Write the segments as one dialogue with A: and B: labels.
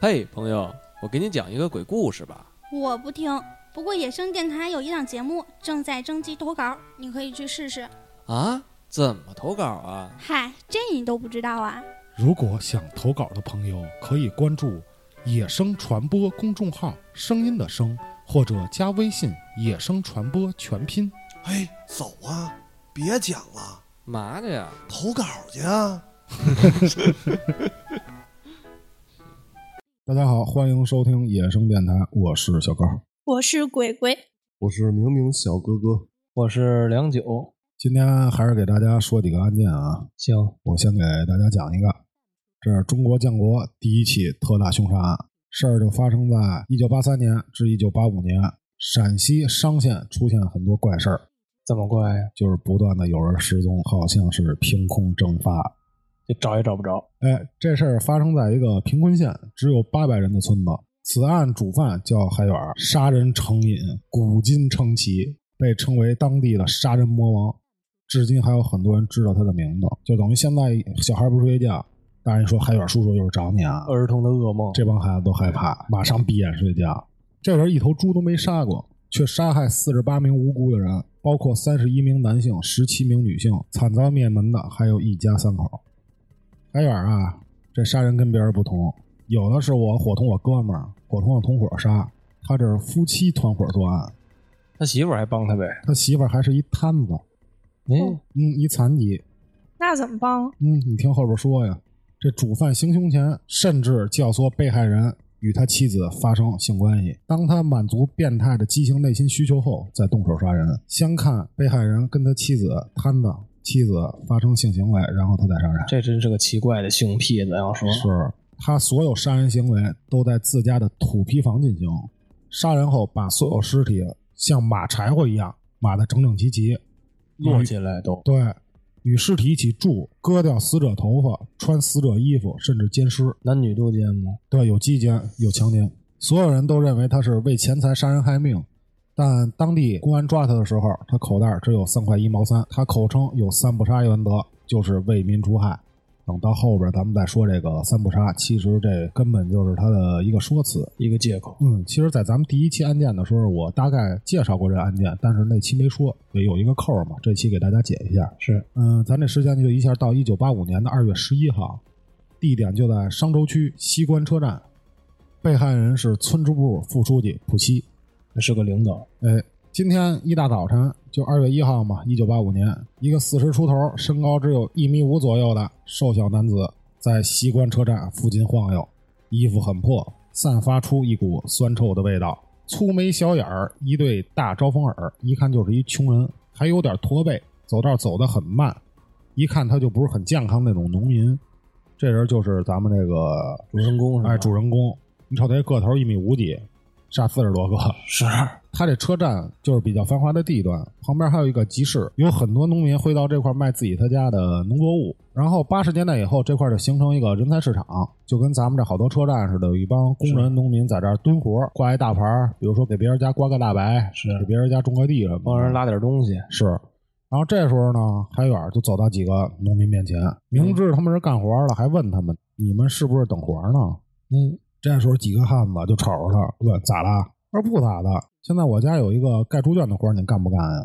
A: 嘿，朋友，我给你讲一个鬼故事吧。
B: 我不听。不过野生电台有一档节目正在征集投稿，你可以去试试。
A: 啊？怎么投稿啊？
B: 嗨，这你都不知道啊？
C: 如果想投稿的朋友，可以关注“野生传播”公众号“声音的声”，或者加微信“野生传播全拼
D: 哎，走啊，别讲了，
A: 嘛的呀？
D: 投稿去啊！”。
C: 大家好，欢迎收听野生电台，我是小高。
E: 我是鬼鬼，
D: 我是明明小哥哥，
F: 我是梁九，
C: 今天还是给大家说几个案件啊，
F: 行，
C: 我先给大家讲一个，这是中国建国第一起特大凶杀案，事儿就发生在一九八三年至一九八五年，陕西商县出现很多怪事儿，
F: 怎么怪呀？
C: 就是不断的有人失踪，好像是凭空蒸发。
F: 就找也找不着，
C: 哎，这事儿发生在一个贫困县，只有八百人的村子。此案主犯叫海远，杀人成瘾，古今称奇，被称为当地的杀人魔王。至今还有很多人知道他的名字，就等于现在小孩不睡觉，大人一说海远叔叔又是找你啊，
F: 儿童的噩梦。
C: 这帮孩子都害怕，马上闭眼睡觉。这人一头猪都没杀过，却杀害四十八名无辜的人，包括三十一名男性、十七名女性，惨遭灭门的还有一家三口。海远啊，这杀人跟别人不同，有的是我伙同我哥们儿，伙同我同伙杀，他这是夫妻团伙作案，
F: 他媳妇儿还帮他呗？
C: 他媳妇儿还是一摊子，
F: 哎，
C: 嗯，一残疾，
E: 那怎么帮？
C: 嗯，你听后边说呀。这主犯行凶前，甚至教唆被害人与他妻子发生性关系。当他满足变态的畸形内心需求后，再动手杀人。先看被害人跟他妻子摊子，妻子发生性行为，然后他再杀人。
F: 这真是个奇怪的性癖，咱要说
C: 是他所有杀人行为都在自家的土坯房进行。杀人后，把所有尸体像码柴火一样码得整整齐齐，
F: 摞起来都
C: 对，与尸体一起住，割掉死者头发，穿死者衣服，甚至奸尸。
F: 男女都奸吗？
C: 对，有鸡奸，有强奸。所有人都认为他是为钱财杀人害命，但当地公安抓他的时候，他口袋只有三块一毛三。他口称有三不杀原则，就是为民除害。等到后边咱们再说这个三不杀，其实这根本就是他的一个说辞。
F: 一个借口。
C: 嗯，其实，在咱们第一期案件的时候，我大概介绍过这个案件，但是那期没说，也有一个扣儿嘛。这期给大家解一下。
F: 是，
C: 嗯，咱这时间就一下到一九八五年的二月十一号，地点就在商州区西关车站，被害人是村支部副书记普西。
F: 那是个领导，
C: 哎，今天一大早晨，就二月一号嘛，一九八五年，一个四十出头、身高只有一米五左右的瘦小男子，在西关车站附近晃悠，衣服很破，散发出一股酸臭的味道，粗眉小眼儿，一对大招风耳，一看就是一穷人，还有点驼背，走道走得很慢，一看他就不是很健康那种农民。这人就是咱们这个
F: 主人公是吧？
C: 哎主人公，你瞅他这个头一米五几，差四十多个。
F: 是啊
C: 它这车站就是比较繁华的地段，旁边还有一个集市，有很多农民会到这块卖自己他家的农作物。然后八十年代以后，这块就形成一个人才市场，就跟咱们这好多车站似的，有一帮工人、农民在这儿蹲活，挂一大牌儿，比如说给别人家刮个大白，
F: 是
C: 给别人家种个地什么的，
F: 帮人拉点东西，
C: 是。然后这时候呢，海远就走到几个农民面前，明知他们是干活了，还问他们：“你们是不是等活呢？”嗯，这时候几个汉子就瞅着他问：“咋啦？”他说：“不咋的，现在我家有一个盖猪圈的活，你干不干呀？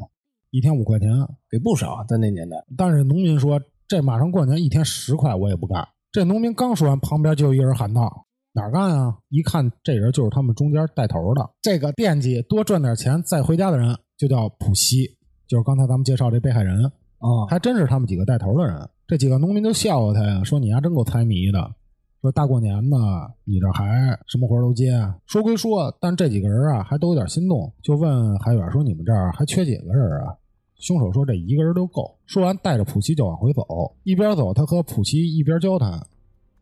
C: 一天五块钱。
F: 给不少，啊在那年代”
C: 但是农民说：“这马上过年，一天十块，我也不干。”这农民刚说完，旁边就有一人喊道：“哪儿干啊？”一看这人就是他们中间带头的，这个惦记多赚点钱再回家的人，就叫普西，就是刚才咱们介绍这被害人。
F: 啊，
C: 还真是他们几个带头的人。这几个农民就笑话他呀，说你丫真够猜谜的，说大过年的你这还什么活都接。啊说归说，但这几个人啊还都有点心动，就问海远说你们这儿还缺几个人啊？凶手说这一个人都够。说完，带着普西就往回走，一边走他和普西一边交谈，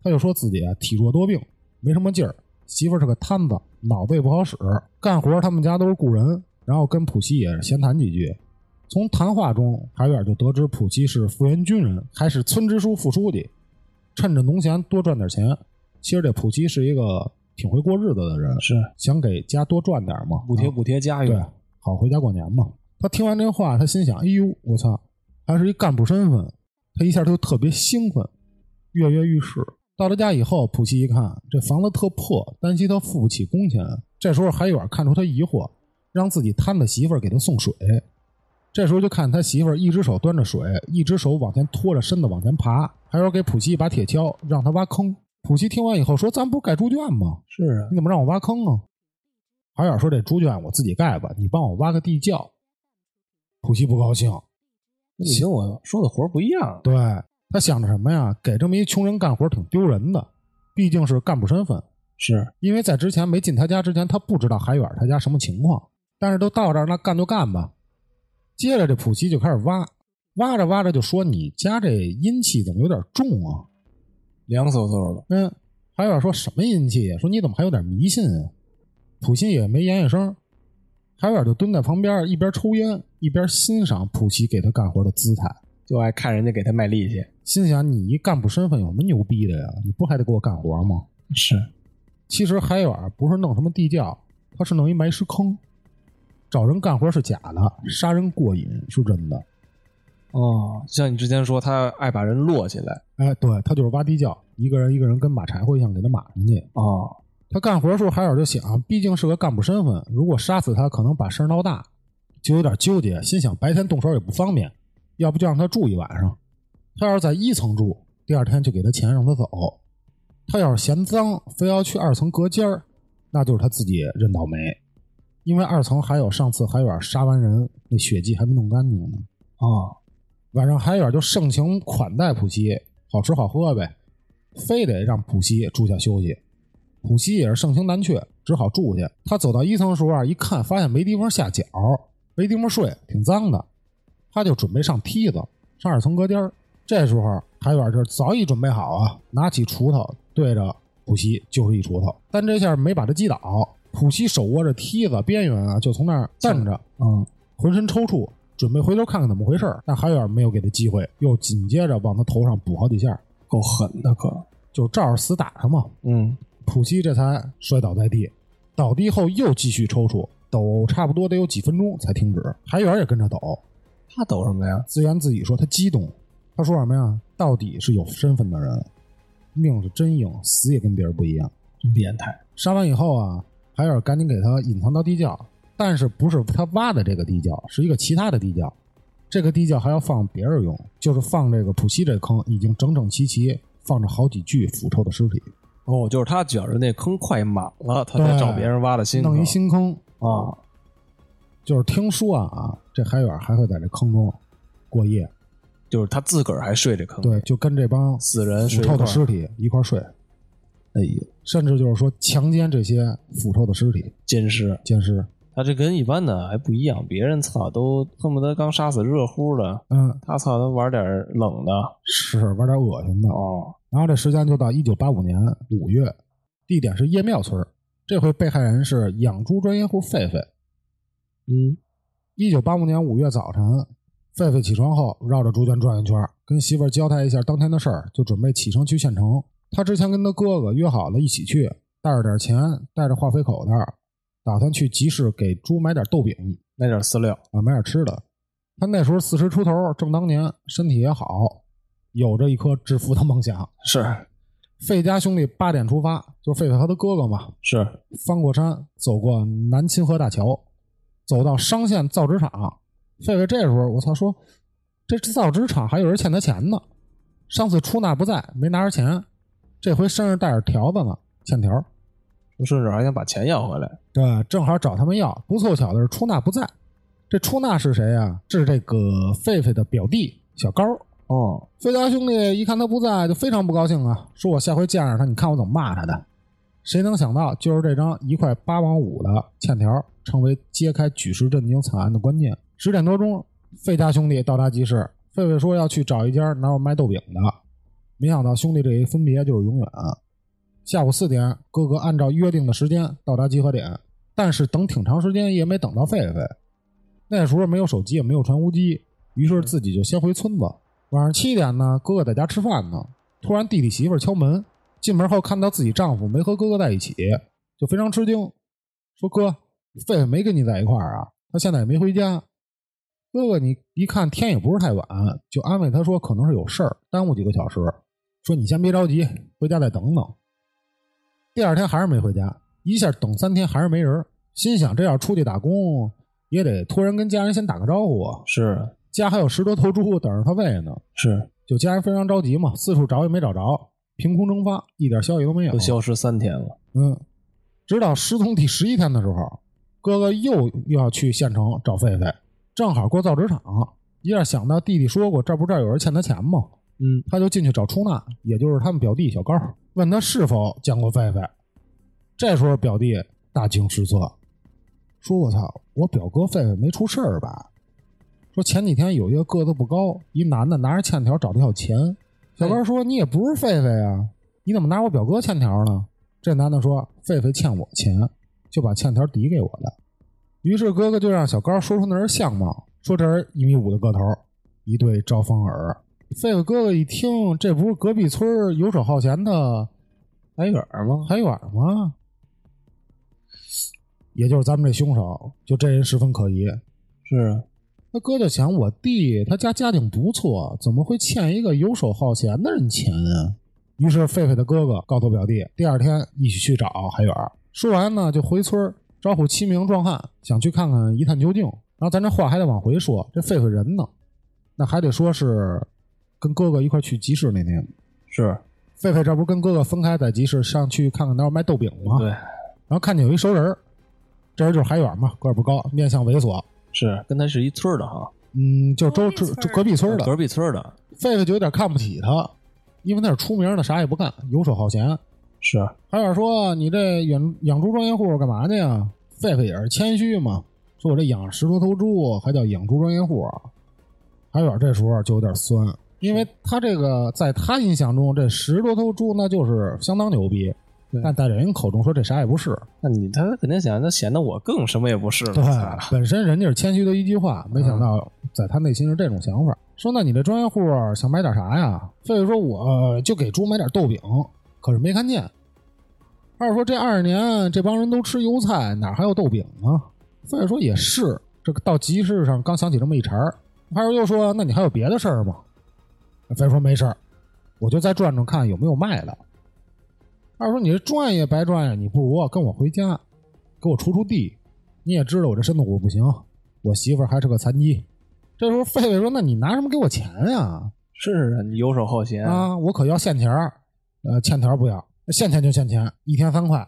C: 他就说自己啊体弱多病，没什么劲儿，媳妇儿是个摊子，脑子也不好使，干活他们家都是雇人，然后跟普西也是闲谈几句。从谈话中，海远就得知普西是复员军人，还是村支书副书记，趁着农闲多赚点钱。其实这普西是一个挺会过日子的人，
F: 是
C: 想给家多赚点嘛，
F: 补贴
C: 啊
F: 补贴家
C: 对
F: 用，，
C: 好回家过年嘛。他听完这话，他心想：“哎呦，我操，还是一干部身份。”他一下就特别兴奋，跃跃欲试。到了家以后，普希一看这房子特破，担心他付不起工钱。这时候海远看出他疑惑，让自己摊子媳妇儿给他送水。这时候就看他媳妇儿一只手端着水，一只手往前拖着身子往前爬。海远给普希一把铁锹，让他挖坑。普希听完以后说：“咱不是盖猪圈吗？
F: 是啊，
C: 你怎么让我挖坑啊？”海远说：“这猪圈我自己盖吧，你帮我挖个地窖。”普希不高兴，
F: 那你跟我说的活儿不一样。
C: 对他想着什么呀？给这么一穷人干活挺丢人的，毕竟是干部身份。
F: 是，
C: 因为在之前没进他家之前，他不知道海远他家什么情况，但是都到这儿，那干就干吧。接着这普希就开始挖，挖着挖着就说：“你家这阴气怎么有点重啊
F: 凉飕飕的。？”
C: 嗯，海远说什么阴气呀？说你怎么还有点迷信啊？普希也没言语声，海远就蹲在旁边，一边抽烟一边欣赏普希给他干活的姿态。
F: 就爱看人家给他卖力气。
C: 心想你一干部身份有什么牛逼的呀？你不还得给我干活吗？
F: 是，
C: 其实海远不是弄什么地窖，他是弄一埋尸坑。找人干活是假的，杀人过瘾是真的。
F: 哦，像你之前说，他爱把人摞起来。
C: 哎，对他就是挖地窖，一个人一个人跟马柴火一样给他码上去。
F: 哦，
C: 他干活的时候，海尔就想，毕竟是个干部身份，如果杀死他，可能把事儿闹大，就有点纠结，心想白天动手也不方便，要不就让他住一晚上。他要是在一层住，第二天就给他钱让他走。他要是嫌脏，非要去二层隔间儿，那就是他自己认倒霉，因为二层还有上次海远杀完人那血迹还没弄干净呢。
F: 哦，
C: 晚上海远就盛情款待普希，好吃好喝呗，非得让普希住下休息。普希也是盛情难却，只好住下。他走到一层的时候啊，一看发现没地方下脚，没地方睡，挺脏的，他就准备上梯子，上二层隔间儿。这时候海远就是早已准备好啊，拿起锄头对着普希就是一锄头，但这下没把他击倒。普希手握着梯子边缘啊，就从那儿蹬着，
F: 嗯，
C: 浑身抽搐，准备回头看看怎么回事儿，但海远没有给他机会，又紧接着往他头上补好几下，
F: 够狠的可。
C: 就照着死打他嘛。
F: 嗯，
C: 普希这才摔倒在地，倒地后又继续抽搐，抖差不多得有几分钟才停止。海远也跟着抖，
F: 他抖什么呀？
C: 自言自语说他激动，他说什么呀？到底是有身份的人，命是真硬，死也跟别人不一样。
F: 真变态。
C: 杀完以后啊，海尔赶紧给他隐藏到地窖，但是不是他挖的这个地窖，是一个其他的地窖。这个地窖还要放别人用，就是放这个普希这坑，已经整整齐齐放着好几具腐臭的尸体，
F: 哦，就是他觉着那坑快满了，他
C: 对
F: 才找别人挖的新坑。
C: 弄一新坑。
F: 啊，
C: 就是听说啊，这海远还会在这坑中过夜，
F: 就是他自个儿还睡这坑。
C: 对，，就跟这帮
F: 死人
C: 腐
F: 睡
C: 臭的
F: 一块儿
C: 尸体一块儿睡，
F: 哎呦，
C: 甚至就是说强奸这些腐臭的尸体
F: 奸尸，
C: 奸尸。
F: 他这跟一般的还不一样，别人操都恨不得刚杀死热乎的，
C: 嗯，
F: 他操他玩点儿冷的
C: 是玩点恶心的
F: 哦，
C: 然后这时间就到一九八五年五月，地点是叶庙村儿。这回被害人是养猪专业户狒狒。
F: 嗯，
C: 一九八五年五月早晨，狒狒起床后绕着猪圈转一圈儿，跟媳妇儿交代一下当天的事儿，就准备启程去县城。他之前跟他哥哥约好了一起去，带着点钱，带着化肥口袋儿，打算去集市给猪买点豆饼
F: 那点儿饲料，
C: 啊，买点吃的。他那时候四十出头，正当年，身体也好，有着一颗致富的梦想。
F: 是
C: 费家兄弟八点出发，就是狒狒和他哥哥嘛，
F: 是，
C: 翻过山，走过南清河大桥，走到商县造纸厂。狒狒这时候，我操，说这造纸厂还有人欠他钱呢，上次出纳不在，没拿着钱，这回身上带着条子呢，欠条。
F: 顺手还想把钱要回来，
C: 对，正好找他们要。不凑巧的是，出纳不在。这出纳是谁呀、啊是这个狒狒的表弟小高。
F: 哦，
C: 费家兄弟一看他不在，就非常不高兴啊，说我下回见着他，你看我怎么骂他的。谁能想到，就是这张一块八毛五的欠条，成为揭开举世震惊惨案的关键。十点多钟，费家兄弟到达集市，狒狒说要去找一家哪有卖豆饼的，没想到兄弟这一分别就是永远。啊下午四点，哥哥按照约定的时间到达集合点，但是等挺长时间也没等到狒狒。那时候没有手机，也没有传呼机，于是自己就先回村子。晚上七点呢，哥哥在家吃饭呢，突然弟弟媳妇儿敲门，进门后看到自己丈夫没和哥哥在一起，就非常吃惊，说：“哥，狒狒没跟你在一块儿啊，他现在也没回家。”哥哥，你一看天也不是太晚，就安慰他说可能是有事儿，耽误几个小时。说你先别着急，回家再等等。第二天还是没回家，一下等三天还是没人儿，心想这要出去打工也得托人跟家人先打个招呼啊，
F: 是
C: 家还有十多头猪等着他喂呢。
F: 是，
C: 就家人非常着急嘛，四处找也没找着，凭空蒸发，一点消息都没有。
F: 都消失三天了，
C: 嗯，直到失踪第十一天的时候，哥哥又又要去县城找狒狒，正好过造纸厂，一下想到弟弟说过这不这儿有人欠他钱吗？
F: 嗯，
C: 他就进去找出纳，也就是他们表弟小高，问他是否见过狒狒。这时候表弟大惊失色，说：“我操，我表哥狒狒没出事儿吧？”说前几天有一个个子不高，一男的拿着欠条找他要钱。小高说：“你也不是狒狒呀，你怎么拿我表哥欠条呢？”这男的说：“狒狒欠我钱，就把欠条抵给我的。”于是哥哥就让小高说出那人相貌，说这人一米五的个头，一对招风耳。狒狒哥哥一听，这不是隔壁村儿游手好闲的哎
F: 还远吗？
C: 还远吗？也就是咱们这凶手，就这人十分可疑。
F: 是
C: 他哥就想，我弟他家家境不错，怎么会欠一个游手好闲的人钱啊？于是狒狒的哥哥告诉表弟，第二天一起去找海远。说完呢，就回村儿招呼七名壮汉，想去看看一探究竟。然后咱这话还得往回说，这狒狒人呢，那还得说是跟哥哥一块儿去集市那天。
F: 是，
C: 狒狒这不是跟哥哥分开在集市上去看看那儿卖豆饼吗？
F: 对，
C: 然后看见有一熟人儿，这人就是海远嘛，个儿不高，面相猥琐，
F: 是跟他是一村儿的哈，
C: 嗯，就周
B: 隔壁
C: 周
B: 村儿
C: 隔壁村儿的。
F: 隔壁村儿的，
C: 狒狒就有点看不起他，因为他是出名的，啥也不干，游手好闲。
F: 是
C: 海远说：“你这养养猪专业户干嘛去呀？”狒狒也是谦虚嘛，说：“我这养十多头猪，还叫养猪专业户啊？”海远这时候就有点酸，因为他这个在他印象中，这十多头猪那就是相当牛逼
F: 对，
C: 但在人家口中说这啥也不是。
F: 那你他肯定想，那显得我更什么也不是了。啊
C: 对
F: 操，
C: 本身人家是谦虚的一句话，没想到在他内心是这种想法。说那你这专业户想买点啥呀？狒狒说我就给猪买点豆饼，可是没看见。二说这二十年这帮人都吃油菜，哪还有豆饼啊？狒狒说也是，这个到集市上刚想起这么一茬儿。二说又说那你还有别的事儿吗？狒狒说没事儿，我就再转转看有没有卖的。二说你这转也白转呀，你不如啊跟我回家，给我锄锄地。你也知道我这身子骨不行，我媳妇儿还是个残疾。这时候狒狒说：“那你拿什么给我钱呀、
F: 是啊，你游手好闲
C: 啊？，我可要现钱儿，呃，欠条不要，现钱就现钱，一天三块。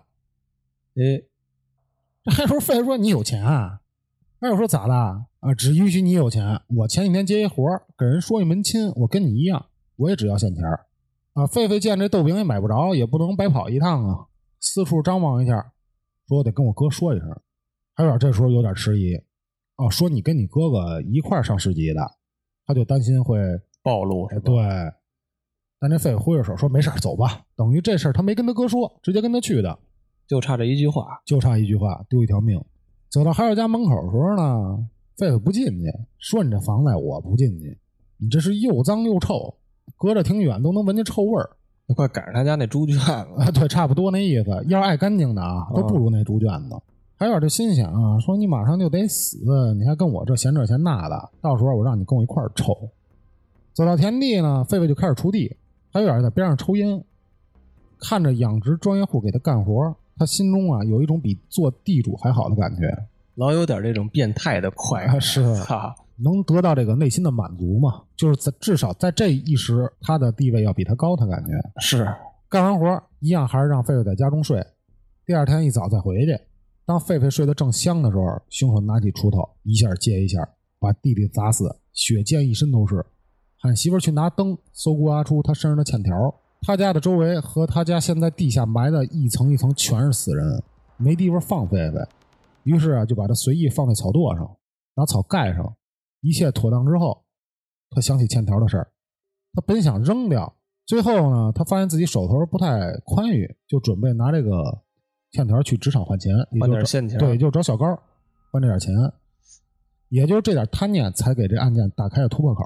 F: 哎，
C: 这时候狒狒说：“你有钱啊？”那我说：“咋啦？啊，只允许你有钱。我前几天接一活儿，给人说一门亲，我跟你一样，我也只要现钱儿。啊，狒狒见这豆饼也买不着，也不能白跑一趟啊，四处张望一下，说我得跟我哥说一声。海远这时候有点迟疑，哦，说你跟你哥哥一块儿上市集的，他就担心会
F: 暴露是
C: 哎，
F: 吧？
C: 对。但这狒狒挥着手说：“没事儿，走吧。”等于这事儿他没跟他哥说，直接跟他去的，
F: 就差这一句话，
C: 就差一句话，丢一条命。走到海尔家门口的时候呢，狒狒不进去，说：“你这房子我不进去，你这是又脏又臭，隔着挺远都能闻见臭味儿。”
F: 那快赶上他家那猪圈了。嗯
C: 啊，对，差不多那意思。要是爱干净的啊，都不如那猪圈子。海远就心想啊，说你马上就得死，你还跟我这嫌这嫌那的，到时候我让你跟我一块儿抽。走到田地呢，狒狒就开始锄地，海远在边上抽烟，看着养殖专业户给他干活，他心中啊有一种比做地主还好的感觉，
F: 老有点这种变态的快
C: 啊
F: 感，
C: 是
F: 哈，
C: 能得到这个内心的满足嘛？就是在至少在这一时，他的地位要比他高，他感觉。
F: 是
C: 干完活儿一样还是让狒狒在家中睡，第二天一早再回去。当狒狒睡得正香的时候，凶手拿起锄头，一下接一下，把弟弟砸死，血溅一身都是。喊媳妇儿去拿灯搜刮出他身上的欠条。他家的周围和他家现在地下埋的一层一层全是死人，没地方放狒狒，于是啊就把他随意放在草垛上，拿草盖上。一切妥当之后，他想起欠条的事儿，他本想扔掉，最后呢，他发现自己手头不太宽裕，就准备拿这个欠条去职场换钱，也
F: 换
C: 就
F: 点
C: 找
F: 现钱
C: 对，就找小高换这点钱。也就是这点贪念，才给这案件打开了突破口。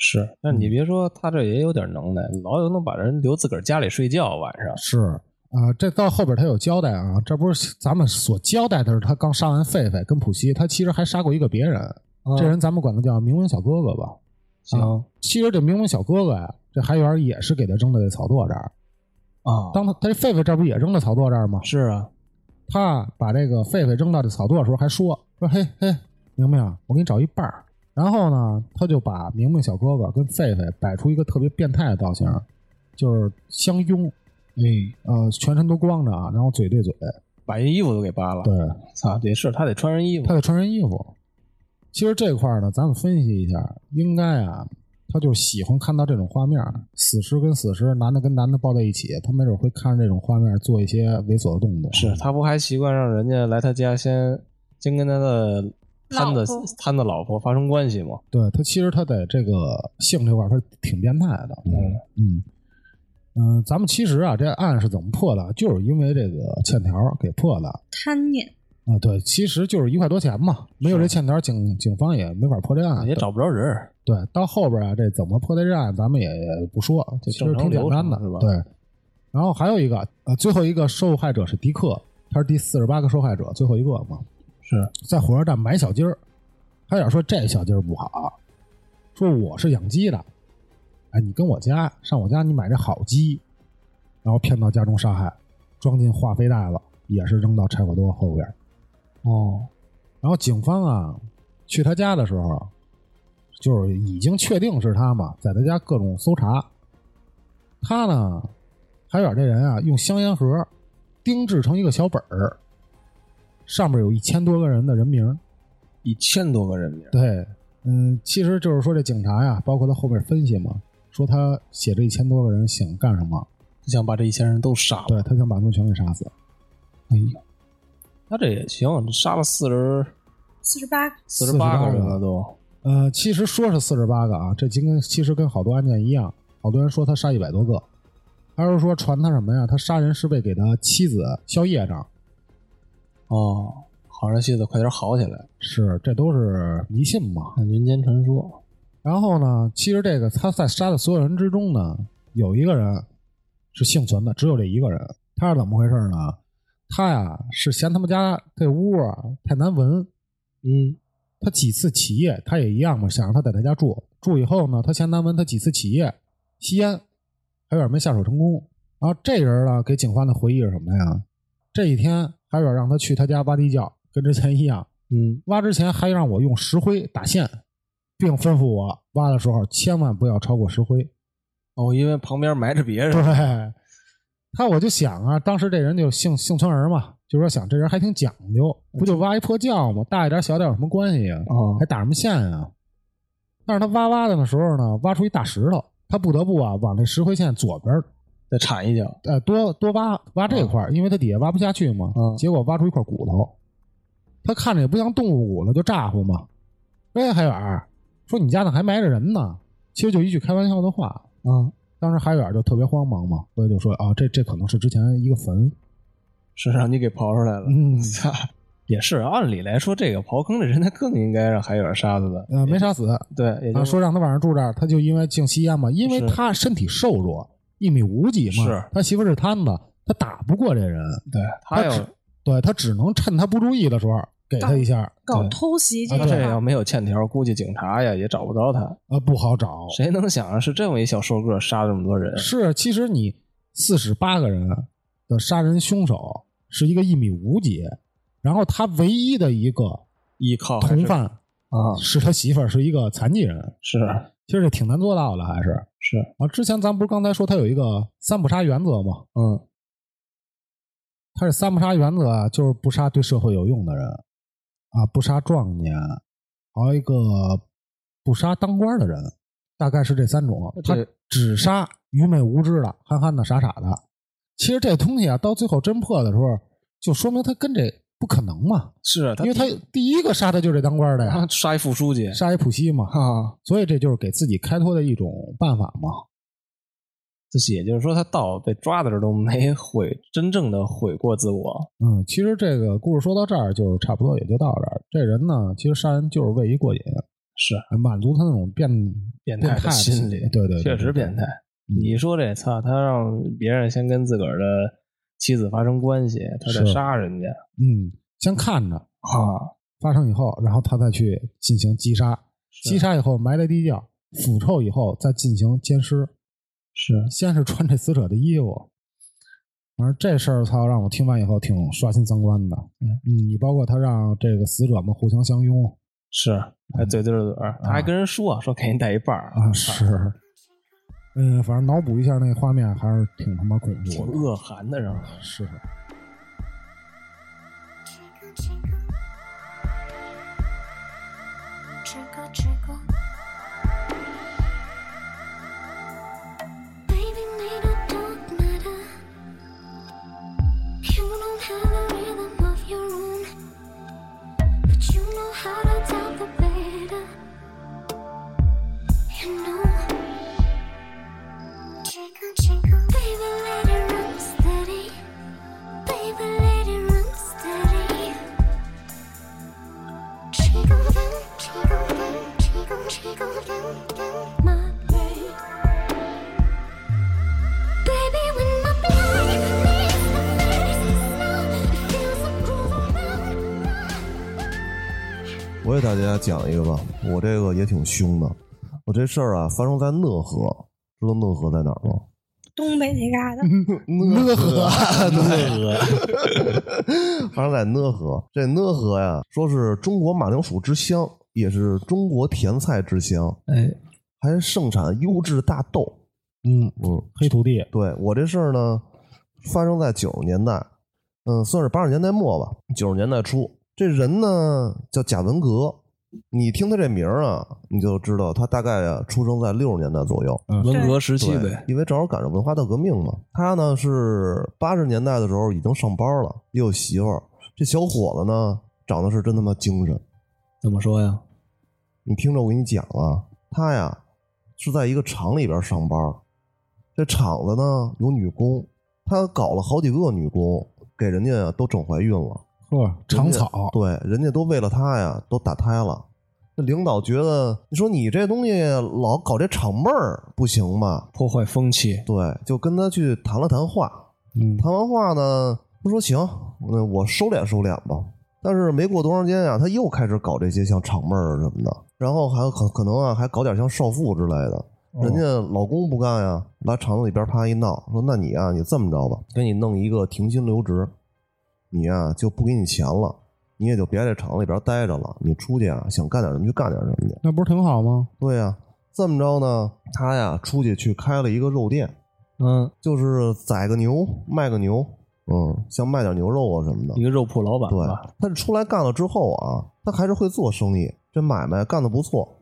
F: 是。
C: 嗯
F: 但你别说，他这也有点能耐，老有能把人留自个儿家里睡觉，晚上
C: 是啊、这到后边他有交代啊，这不是咱们所交代的是他刚杀完狒狒跟普希，他其实还杀过一个别人，这人咱们管他叫明文小哥哥吧。
F: 行
C: 啊其实这明文小哥哥呀、这这海远也是给他扔到这草垛这儿。
F: 啊
C: 当他他这狒狒这不也扔到草垛这儿吗？
F: 是啊，
C: 他哎把这个狒狒扔到这草垛的时候，还说说嘿嘿，明明，我给你找一伴儿。然后呢，他就把明明小哥哥跟狒狒摆出一个特别变态的造型，就是相拥，哎，呃，全身都光着啊，然后嘴对嘴，
F: 把人衣服都给扒了。
C: 对，
F: 操，得是他得穿上衣服
C: 他。得穿人衣服。其实这块儿呢，咱们分析一下，应该啊，他就喜欢看到这种画面儿，死尸跟死尸，男的跟男的抱在一起，他没准会看着这种画面儿做一些猥琐的动作。
F: 是他不还习惯让人家来他家先先跟他的摊子
E: 老婆
F: 摊子老婆发生关系吗？
C: 对他，其实他在这个性这块儿，他挺变态的。
F: 嗯
C: 嗯嗯、咱们其实啊，这案是怎么破的，就是因为这个欠条儿给破的。
E: 贪念，
C: 啊、对，其实就是一块多钱嘛，没有这
F: 是
C: 欠条儿，警警方也没法破这案，
F: 也找不着人儿。
C: 啊对，到后边啊，这怎么破的这案，咱们也不说，这其实挺简单的，
F: 正常流程是吧
C: 对。然后还有一个，呃，最后一个受害者是迪克，他是第四十八个受害者，最后一个嘛，
F: 是
C: 在火车站买小鸡儿。他有点说这小鸡儿不好，说我是养鸡的，哎，你跟我家上我家，你买这好鸡，然后骗到家中杀害，装进化肥袋了，也是扔到柴火垛后边儿。
F: 哦，
C: 然后警方啊去他家的时候，就是已经确定是他嘛，在他家各种搜查。他呢，海远这人啊，用香烟盒钉制成一个小本儿，上面有一千多个人的人名。
F: 一千多个人名，
C: 对，嗯，其实就是说这警察呀、包括他后面分析嘛，说他写这一千多个人想干什么？
F: 就想把这一千人都杀了。
C: 对他想把他们全给杀死。
F: 哎呦，那这也行，杀了四十
E: 四十八，
F: 四十八个人
C: 48
F: 了都。
C: 呃，其实说是四十八个啊，这今跟其实跟好多案件一样，好多人说他杀一百多个，还有说传他什么呀？他杀人是为给他妻子消业障，
F: 哦，好让妻子快点好起来，
C: 是这都是迷信嘛。
F: 那民间传说。
C: 然后呢，其实这个他在杀的所有人之中呢，有一个人是幸存的，只有这一个人。他是怎么回事呢？他呀是嫌他们家这屋啊太难闻，嗯，他几次起夜，他也一样嘛，想让他在他家住。住以后呢，他嫌难闻，他几次起夜吸烟，海远没下手成功。然后这人呢，给警方的回忆是什么呀？这一天，海远让他去他家挖地窖，跟之前一样，
F: 嗯，
C: 挖之前还让我用石灰打线，并吩咐我挖的时候千万不要超过石灰。
F: 哦，因为旁边埋着别人
C: 对，，他我就想啊，当时这人就幸幸存儿嘛，就说想这人还挺讲究，不就挖一破窖吗？大一点小点有什么关系呀、
F: 哦
C: 还打什么线啊？但是他挖挖的时候呢，挖出一大石头，他不得不啊往这石灰线左边儿
F: 再铲一脚。
C: 呃，多多挖挖这块儿，因为它底下挖不下去嘛。
F: 嗯
C: 结果挖出一块骨头，他看着也不像动物骨了，就咋呼嘛。哎，海远儿，说你家那还埋着人呢。其实就一句开玩笑的话。
F: 嗯，
C: 当时海远儿就特别慌忙嘛，所以就说啊，这这可能是之前一个坟。
F: 是让 你给刨出来了。
C: 嗯，
F: 操，也是，按理来说，这个刨坑的人，他更应该让海远杀死的。
C: 呃，没杀死。
F: 对，也就
C: 啊，
F: 是
C: 说让他晚上住这儿，他就因为净吸烟嘛，因为
F: 是
C: 他身体瘦弱，一米五几嘛，
F: 是
C: 他媳妇儿是摊子，他打不过这人，
F: 对他要
C: 只对他只能趁他不注意的时候给他一下，
E: 搞
C: 对
E: 偷袭这
F: 他这
E: 个
F: 要没有欠条，估计警察呀也找不着他。
C: 啊不好找，
F: 谁能想啊，是这么一小瘦个杀这么多人？
C: 是，其实你四十八个人的杀人凶手是一个一米五几，然后他唯一的一个
F: 依靠哦还是
C: 同犯
F: 啊，
C: 是他媳妇儿是一个残疾人，
F: 是
C: 其实这挺难做到的，还是
F: 是，
C: 啊。之前咱不是刚才说他有一个三不杀原则吗？
F: 嗯，
C: 他这三不杀原则啊，就是不杀对社会有用的人啊，不杀壮年，还有一个不杀当官的人，大概是这三种。他
F: 对
C: 只杀愚昧无知的、憨憨的、傻傻的。其实这东西啊，到最后侦破的时候，就说明他跟这不可能嘛，
F: 是啊
C: 因为他第一啊个杀的就是这当官的
F: 他
C: 呀，
F: 杀一副书记
C: 杀一普希嘛，
F: 啊，
C: 所以这就是给自己开脱的一种办法嘛。
F: 这也就是说，他到被抓的时候都没悔，真正的悔过自我。
C: 嗯，其实这个故事说到这儿，就是差不多也就到这儿。这人呢，其实杀人就是为一过瘾，
F: 是
C: 满足他那种变
F: 变
C: 态
F: 态的心理，
C: 对对，对嗯
F: 确实变态。。你说这操，他让别人先跟自个儿的妻子发生关系，他再
C: 是
F: 杀人家
C: 嗯，先看着
F: 啊，
C: 发生以后，然后他再去进行击杀，
F: 是
C: 击杀以后埋在地窖，腐臭以后再进行奸尸，
F: 是
C: 先是穿这撕扯的衣服。反正这事儿，操，让我听完以后挺刷新三观的。嗯，你包括他让这个死者们互相相拥
F: 是，还嘴对着嘴儿，他还跟人说说给你带一半儿
C: 啊，是，嗯，反正脑补一下那画面，还是挺他妈恐
F: 挺
C: 怖的。
F: 恶寒的，让人
C: 是，
G: Trickle, trickle. Trickle, trickle. Baby made a dark matter. You don't have a rhythm of your own. But you know how to tell the better. You know. Trickle, trickle. Baby, let it run steady. Baby, let it run steady. Jiggle them, jiggle them, jiggle, jiggle them, them, my way. Baby, when my blood meets the fiercest snow, it feels a groove around, round.
D: 我给大家讲一个吧，我这个也挺凶的。我这事儿啊，发生在讷河，知道讷河在哪儿吗？
E: 东北那 嘎达，
C: 讷河，
D: 发生在讷河。这讷河呀，说是中国马铃薯之乡，也是中国甜菜之乡，
F: 哎，
D: 还盛产优质大豆。
C: 嗯，
D: 嗯，
C: 黑土地，
D: 对我这事儿呢，发生在九十年代，嗯，算是八十年代末吧，九十年代初。这人呢叫贾文革，你听他这名儿啊，你就知道他大概啊出生在六十年代左右。
F: 文革时期
D: 嗯对，
F: 啊呗，
D: 因为正好赶上文化大革命嘛。他呢是八十年代的时候已经上班了，也有媳妇儿。这小伙子呢，长得是真他妈精神。
F: 怎么说呀？
D: 你听着，我给你讲啊，他呀是在一个厂里边上班，这厂子呢有女工，他搞了好几个女工，给人家啊都整怀孕了。
C: 呵，长草，
D: 对，人家都为了他呀，都打胎了。那领导觉得，你说你这东西老搞这厂妹儿不行吧？
F: 破坏风气，
D: 对，就跟他去谈了谈话。
C: 嗯，
D: 谈完话呢，他说行，那我收敛收敛吧。但是没过多长时间啊，他又开始搞这些像厂妹儿什么的，然后还有可可能啊，还搞点像少妇之类的。人家老公不干啊呀，来厂子里边啪一闹，说那你啊，你这么着吧，给你弄一个停薪留职，你呀、就不给你钱了，你也就别在厂里边待着了，你出去啊，想干点什么就干点什么去。
C: 那不是挺好吗？
D: 对呀、这么着呢，他呀出去去开了一个肉店，
F: 嗯，
D: 就是宰个牛，卖个牛，嗯，像卖点牛肉啊什么的
F: 一。个肉铺老板吧，
D: 对，但是出来干了之后啊，他还是会做生意，这买卖干得不错。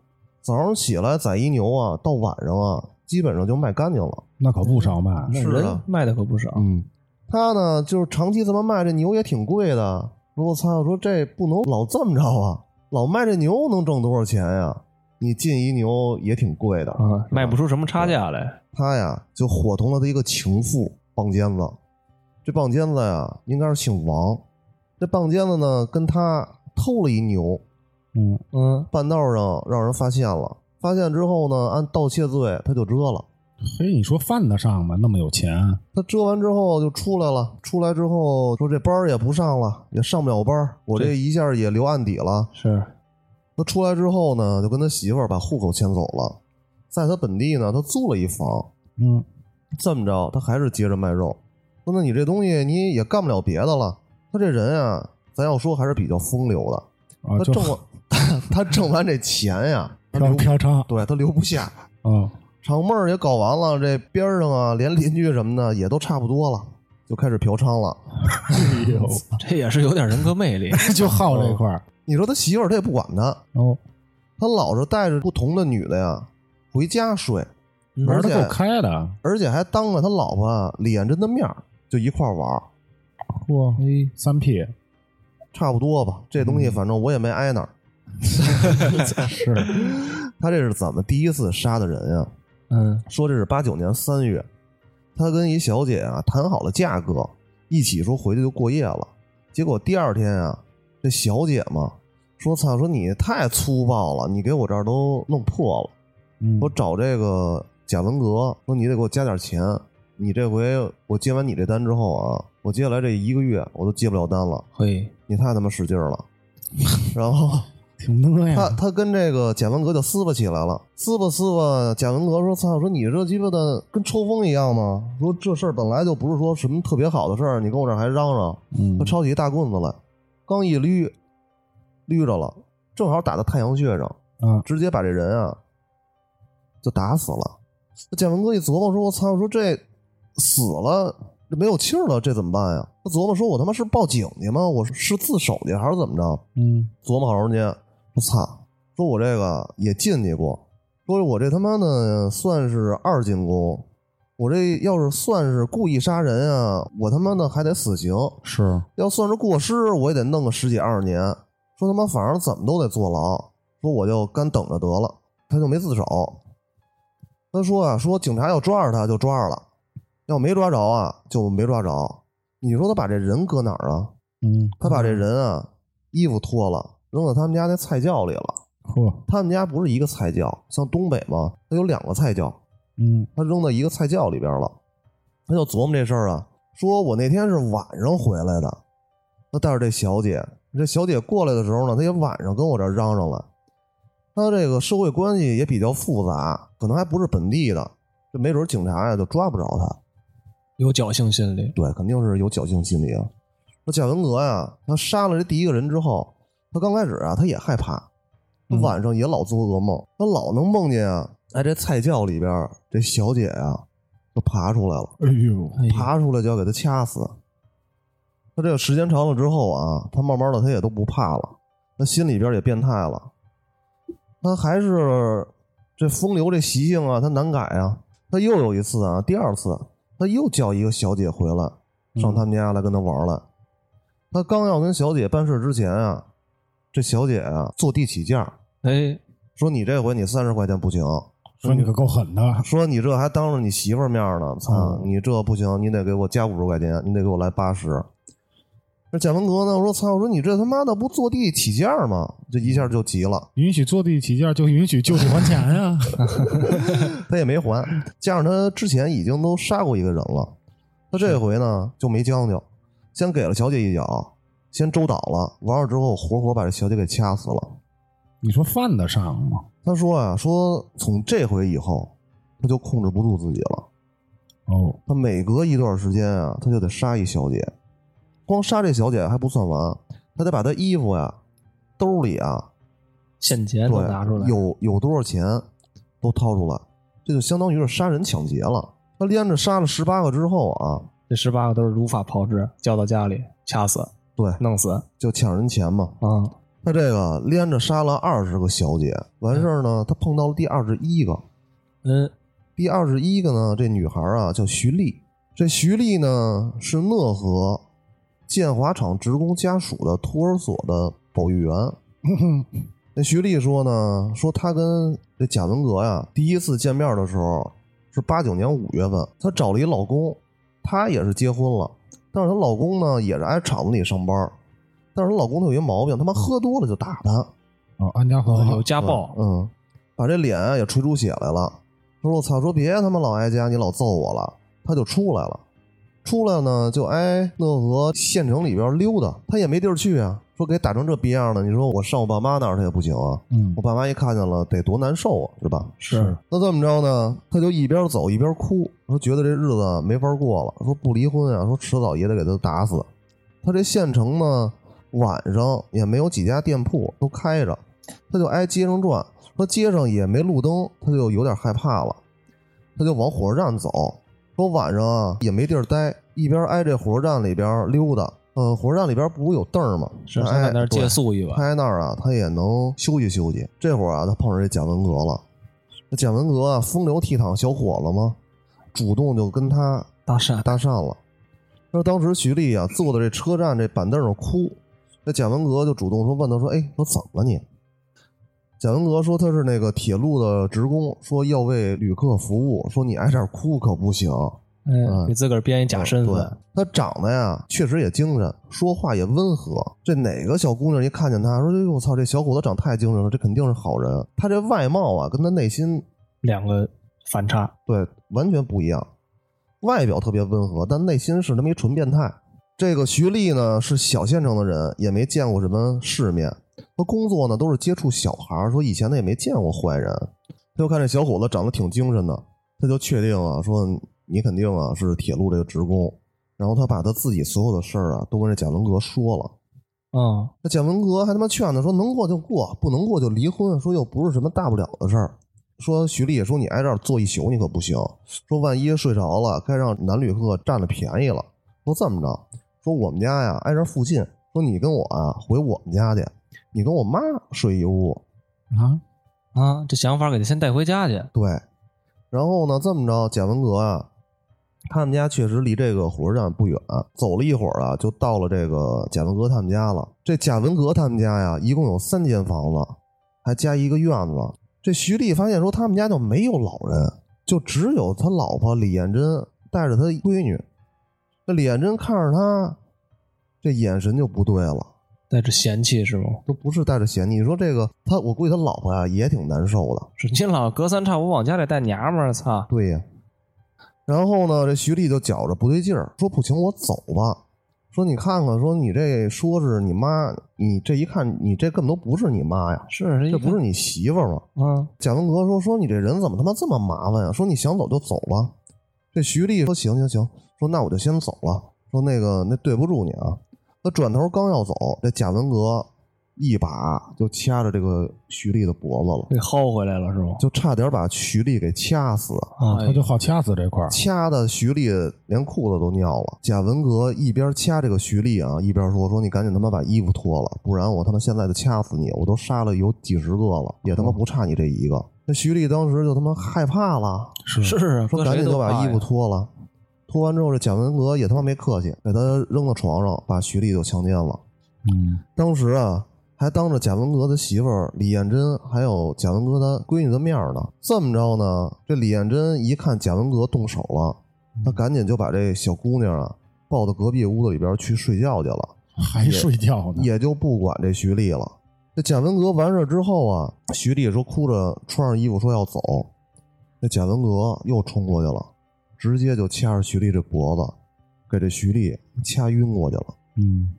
D: 早上起来宰一牛啊，到晚上啊，基本上就卖干净了。
C: 那可不少卖，
F: 那
D: 是啊
F: 人
D: 的
F: 卖的可不少，
D: 嗯，他呢就是长期这么卖，这牛也挺贵的。我操，我说这不能老这么着啊，老卖这牛能挣多少钱呀？你进一牛也挺贵的
F: 啊，卖不
D: 出。
F: 出什么差价来，
D: 他呀就伙同了他一个情妇棒尖子，这棒尖子呀应该是姓王，这棒尖子呢跟他偷了一牛，
C: 嗯，
F: 嗯，
D: 半道上让人发现了，发现之后呢按盗窃罪他就遮了，
C: 嘿，你说犯得上吗？那么有钱，
D: 他遮完之后就出来了，出来之后说这班儿也不上了，也上不了班儿，我这一下也留案底了。
F: 是
D: 他出来之后呢就跟他媳妇儿把户口迁走了，在他本地呢他租了一房，
C: 嗯，
D: 这么着，他还是接着卖肉。说那你这东西你也干不了别的了。他这人啊，咱要说还是比较风流的。
C: 啊，
D: 他
C: 就
D: 挣完， 他挣完这钱呀，他
C: 嫖
D: 留
C: 嫖娼
D: 对他留不下。
C: 啊，
D: 厂妹儿也搞完了，这边儿上啊，连邻居什么的也都差不多了，就开始嫖娼了。
C: 哎呦，
F: 这也是有点人格魅 力， 嗯
C: 就好这 块儿，
D: 你说他媳妇儿他也不管他，
C: 哦，
D: 他老是带着不同的女的呀回家睡，
C: 玩
D: 而
C: 的
D: 且
C: 够开的，
F: 啊
D: 而且还当着他老婆啊脸真的面儿就一块儿玩儿。
C: 哇，三 P
D: 差不多吧，这
C: 嗯
D: 东西反正我也没挨哪儿。
C: 是，
D: 他这是怎么第一次杀的人呀？
F: 嗯，
D: 说这是八九年三月，他跟一小姐啊谈好了价格，一起说回去就过夜了。结果第二天啊，这小姐嘛说：“操，说你太粗暴了，你给我这儿都弄破了。
C: 嗯
D: 我找这个贾文革，说你得给我加点钱。你这回我接完你这单之后啊，我接下来这一个月我都接不了单了，
F: 会
D: 你太他妈使劲儿了。”然后
C: 挺能
D: 他
C: 呀，
D: 他跟这个贾文革就撕巴起来了，撕巴撕巴。贾文革说：“操，说你这鸡巴的跟抽风一样吗？说这事儿本来就不是说什么特别好的事儿，你跟我这儿还嚷嚷。”
C: 嗯
D: 他抄起一大棍子来，刚一捋，捋着了，正好打到太阳穴上，
C: 啊，
D: 直接把这人啊就打死了。贾文哥一琢磨说：“我操，说这死了这没有气儿了，这怎么办呀？”他琢磨说：“我他妈是报警去吗？我是自首去还是怎么着
C: 嗯，？”
D: 琢磨好长时间，我操，说我这个也进去过，说我这他妈的算是二进宫，我这要是算是故意杀人啊，我他妈的还得死刑。
C: 是，
D: 要算是过失，我也得弄个十几二十年。说他妈，反正怎么都得坐牢。说我就干等着得了，他就没自首。他说啊，说警察要抓着他就抓着了，要没抓着啊就没抓着。你说他把这人搁哪儿啊？
C: 嗯，
D: 他把这人啊衣服脱了，扔到他们家那菜窖里了。
C: 呵，
D: 他们家不是一个菜窖，像东北嘛，他有两个菜窖。
C: 嗯
D: 他扔到一个菜窖里边了。他就琢磨这事儿啊，说我那天是晚上回来的，他带着这小姐，这小姐过来的时候呢，她也晚上跟我这儿嚷嚷了。他这个社会关系也比较复杂，可能还不是本地的，这没准儿警察呀就抓不着他。
F: 有侥幸心理，
D: 对，肯定是有侥幸心理啊。说贾文革呀、他杀了这第一个人之后，他刚开始啊，他也害怕，他
C: 嗯
D: 晚上也老做噩梦，他老能梦见啊，在这菜窖里边儿，这小姐啊，就爬出来了，
C: 哎呦，
D: 爬出来就要给他掐死。他这个时间长了之后啊，他慢慢的他也都不怕了，他心里边也变态了，他还是这风流这习性啊，他难改啊。他又有一次啊，第二次他又叫一个小姐回来，上他们家来跟他玩来。他刚要跟小姐办事之前啊，这小姐啊坐地起价，
F: 哎，
D: 说你这回你三十块钱不行，
C: 说你可够狠的，
D: 说你这还当着你媳妇儿面儿呢，操、你这不行，你得给我加五十块钱，你得给我来八十。那贾文革呢？我说操！我说你这他妈的不坐地起价吗？这一下就急了，
C: 允许坐地起价就允许就地还钱啊 呀，
D: 他也没还，加上他之前已经都杀过一个人了，他这回呢就没将就，先给了小姐一脚，先周倒了，完了之后活活把这小姐给掐死了。
C: 你说犯得上吗？
D: 他说啊，说从这回以后，他就控制不住自己了。
C: 哦，
D: 他每隔一段时间啊，他就得杀一小姐。光杀这小姐还不算完，他得把她衣服呀、兜里啊，
F: 现钱
D: 对
F: 都拿出来，
D: 有有多少钱都掏出来，这就相当于是杀人抢劫了。他连着杀了十八个之后啊，
F: 这十八个都是如法炮制，叫到家里掐死、
D: 对，
F: 弄死啊、
D: 就抢人钱嘛。他这个连着杀了二十个小姐，完事儿呢，他碰到了第二十一个，
F: 嗯，
D: 第二十一个呢，这女孩啊叫徐丽，这徐丽呢是讷河建华厂职工家属的托儿所的保育员。 那徐丽说呢，说她跟这贾文革呀第一次见面的时候是八九年五月份，她找了一老公，她也是结婚了，但是她老公呢也是挨厂子里上班，但是她老公她有一毛病，他妈喝多了就打她。
C: 哦，安家和好
F: 有，家暴，
D: 嗯，把这脸啊也吹出血来了。他说：“我操，说别他妈老挨家，你老揍我了。”他就出来了，出来呢就挨讷河县城里边溜达，他也没地儿去啊。说给打成这逼样了，你说我上我爸妈那儿他也不行啊。
C: 嗯
D: 我，爸妈一看见了得多难受啊，是吧？
C: 是，
D: 那这么着呢，他就一边走一边哭，说觉得这日子没法过了，说不离婚啊，说迟早也得给他打死。他这县城呢，晚上也没有几家店铺都开着，他就挨街上转，说街上也没路灯，他就有点害怕了，他就往火车站走，说晚上啊也没地儿待，一边挨这火车站里边溜达。呃，火车站里边不是有凳儿吗？
F: 是
D: 他挨
F: 他在那儿
D: 对
F: 借宿一
D: 他
F: 晚，
D: 在那儿啊，他也能休息休息。这会儿啊，他碰上这贾文革了。这贾文革啊，风流倜傥小伙子嘛，主动就跟他
F: 搭讪，哎
D: 搭讪了。那当时徐丽啊，坐在这车站这板凳上哭。那贾文革就主动说问他说：“哎，说怎么了你？”贾文革说他是那个铁路的职工，说要为旅客服务，说你挨这儿哭可不行。嗯
F: 哎，给自个儿编一假身
D: 对
F: 份，
D: 他长得呀，确实也精神，说话也温和。这哪个小姑娘一看见他，说：“哎呦，我操，这小伙子长太精神了，这肯定是好人。”他这外貌啊，跟他内心
F: 两个反差，
D: 对完全不一样，外表特别温和，但内心是他妈一纯变态。这个徐丽呢，是小县城的人，也没见过什么世面。他工作呢都是接触小孩儿，说以前他也没见过坏人，他就看这小伙子长得挺精神的，他就确定啊，说你肯定啊是铁路这个职工。然后他把他自己所有的事儿啊都跟这贾文革说了。
F: 嗯，
D: 那贾文革还他妈劝他说能过就过，不能过就离婚，说又不是什么大不了的事儿。说徐丽说你挨这儿坐一宿你可不行，说万一睡着了，该让男旅客占了便宜了。说这么着，说我们家呀挨这儿附近，说你跟我啊回我们家去，你跟我妈睡一屋。
C: 啊，
F: 啊，这想法给他先带回家去。
D: 对，然后呢这么着，贾文革啊，他们家确实离这个火车站不远，走了一会儿啊，就到了这个贾文革他们家了。这贾文革他们家呀，一共有三间房子，还加一个院子。这徐丽发现说，他们家就没有老人，就只有他老婆李艳珍带着他闺女。这李艳珍看着他，这眼神就不对了。
F: 带着嫌弃是吗？
D: 都不是带着嫌弃，你说这个他，我估计他老婆呀也挺难受的。
F: 是你老隔三差五往家里带娘们儿，操！
D: 对呀。然后呢，这徐丽就觉着不对劲儿，说不行，我走吧。说你看看，说你这说是你妈，你这一看你这根本都不是你妈呀，
F: 是是，
D: 这不是你媳妇儿吗？
F: 嗯
D: 贾文革说说你这人怎么他妈这么麻烦呀、说你想走就走吧。这徐丽说行行行，说那我就先走了。说那个那对不住你啊。他转头刚要走，这贾文革一把就掐着这个徐丽的脖子了，
F: 被薅回来了是吗？
D: 就差点把徐丽给掐死。
C: 啊，
F: 哎
C: 他就好掐死这块儿。
D: 掐的徐丽连裤子都尿了。贾文革一边掐这个徐丽啊，一边说：“说你赶紧他妈把衣服脱了，不然我他妈现在就掐死你！我都杀了有几十个了，也他妈不差你这一个。”那徐丽当时就他妈害怕了，
F: 是啊，
D: 说
F: 搁
D: 赶
F: 谁
D: 紧
F: 都
D: 就把
F: 怕
D: 衣服
F: 呀
D: 脱了。脱完之后，这贾文革也他妈没客气，给他扔到床上，把徐丽就强奸了。
C: 嗯，
D: 当时啊，还当着贾文革的媳妇儿李艳珍，还有贾文革他闺女的面儿呢。这么着呢，这李艳珍一看贾文革动手了，她赶紧就把这小姑娘啊抱到隔壁屋子里边去睡觉去了，
C: 还睡觉呢。
D: 也就不管这徐丽了。这贾文革完事儿之后啊，徐丽说哭着穿上衣服说要走，这贾文革又冲过去了，直接就掐着徐丽这脖子，给这徐丽掐晕过去了。
C: 嗯，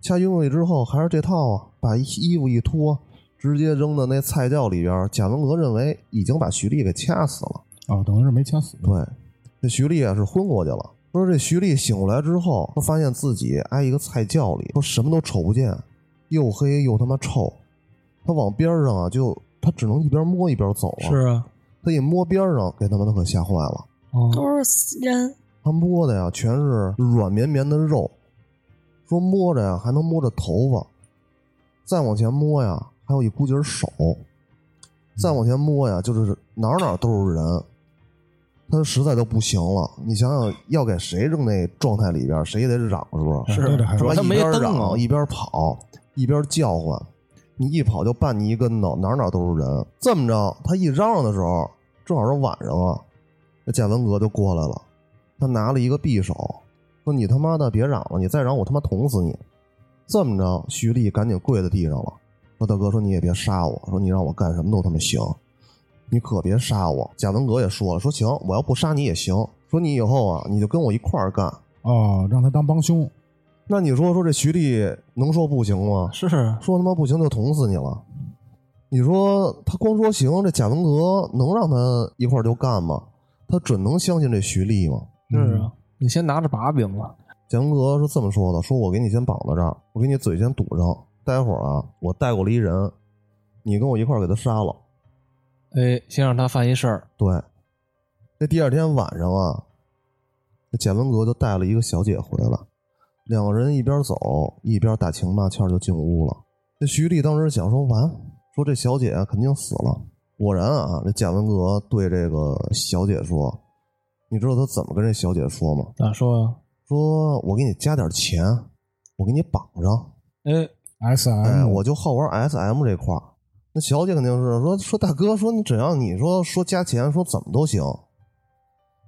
D: 掐晕过去之后还是这套啊，把衣服一脱，直接扔到那菜窖里边儿。贾文革认为已经把徐丽给掐死了，
C: 哦，等于是没掐死。
D: 对，这徐丽啊是昏过去了。说这徐丽醒过来之后，说发现自己挨一个菜窖里，说什么都瞅不见，又黑又他妈臭。他往边儿上啊，就他只能一边摸一边走啊。
F: 是啊，
D: 他一摸边儿上，给他们都可吓坏了。
F: 哦，
E: 都是死人，
D: 他摸的呀全是软绵绵的肉，说摸着呀还能摸着头发，再往前摸呀还有一股节手，再往前摸呀就是哪儿哪儿都是人，他实在都不行了。你想想，要给谁扔那状态里边，谁也得嚷是不是？
C: 是对的，还
D: 主
C: 说
D: 要
F: 他
D: 一
F: 没
D: 边
F: 蹬
D: 嚷
F: 啊
D: 一边跑一边叫唤，你一跑就绊你一跟头，哪儿哪儿都是人。这么着，他一嚷嚷的时候，正好是晚上啊，那贾文革就过来了，他拿了一个匕首，说：“你他妈的别嚷了，你再嚷我他妈捅死你！”这么着，徐丽赶紧跪在地上了，说：“大哥，说你也别杀我，说你让我干什么都他妈行，你可别杀我。”贾文革也说了，说：“行，我要不杀你也行，说你以后啊，你就跟我一块儿干。”
C: 哦，让他当帮凶。
D: 那你说说这徐丽能说不行吗？
F: 是啊，
D: 说他妈不行就捅死你了。你说他光说行，这贾文革能让他一块儿就干吗？他准能相信这徐丽吗？
F: 是啊，你先拿着把柄了，
D: 贾文革是这么说的：说我给你先绑到这儿，我给你嘴先堵上，待会儿啊，我带过来一人，你跟我一块儿给他杀了。
F: 哎，先让他犯一事儿，
D: 对，那第二天晚上啊，这简文革就带了一个小姐回来，两个人一边走一边打情骂俏就进屋了。这徐丽当时想说完，说这小姐啊肯定死了。果然啊，这贾文革对这个小姐说：“你知道他怎么跟这小姐说吗？
F: 咋啊说呀？
D: 说我给你加点钱，我给你绑上，
F: 哎，
C: 嗯 S
D: 哎，
C: M，
D: 我就好玩 SM 这块儿。那小姐肯定是说说大哥，说你只要你说说加钱，说怎么都行。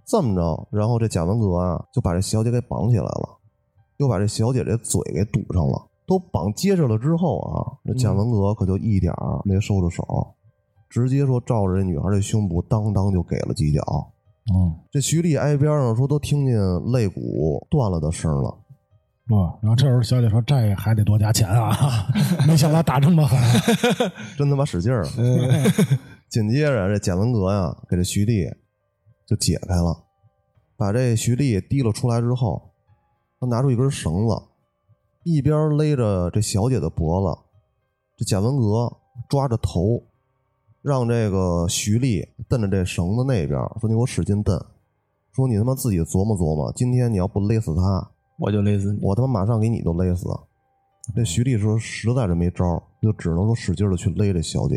D: 这么着，然后这贾文革啊就把这小姐给绑起来了，又把这小姐这嘴给堵上了。都绑结实了之后啊，这贾文革可就一点儿没收着手，直接说照着这女孩这胸部当当就给了几脚。
C: 嗯，
D: 这徐丽挨边上说都听见肋骨断了的声了。
C: 啊，然后这时候小姐说：“这还得多加钱啊， 没想到打这么狠。
D: 真他妈使劲儿。紧接着这简文革呀，给这徐丽就解开了，把这徐丽提了出来之后，他拿出一根绳子，一边勒着这小姐的脖子，这简文革抓着头，让这个徐丽蹬着这绳子那边，说你给我使劲蹬，说你他妈自己琢磨琢磨，今天你要不勒死他，
F: 我就勒死你。
D: 我他妈马上给你都勒死。这徐丽说实在是没招儿，就只能说使劲的去勒这小姐。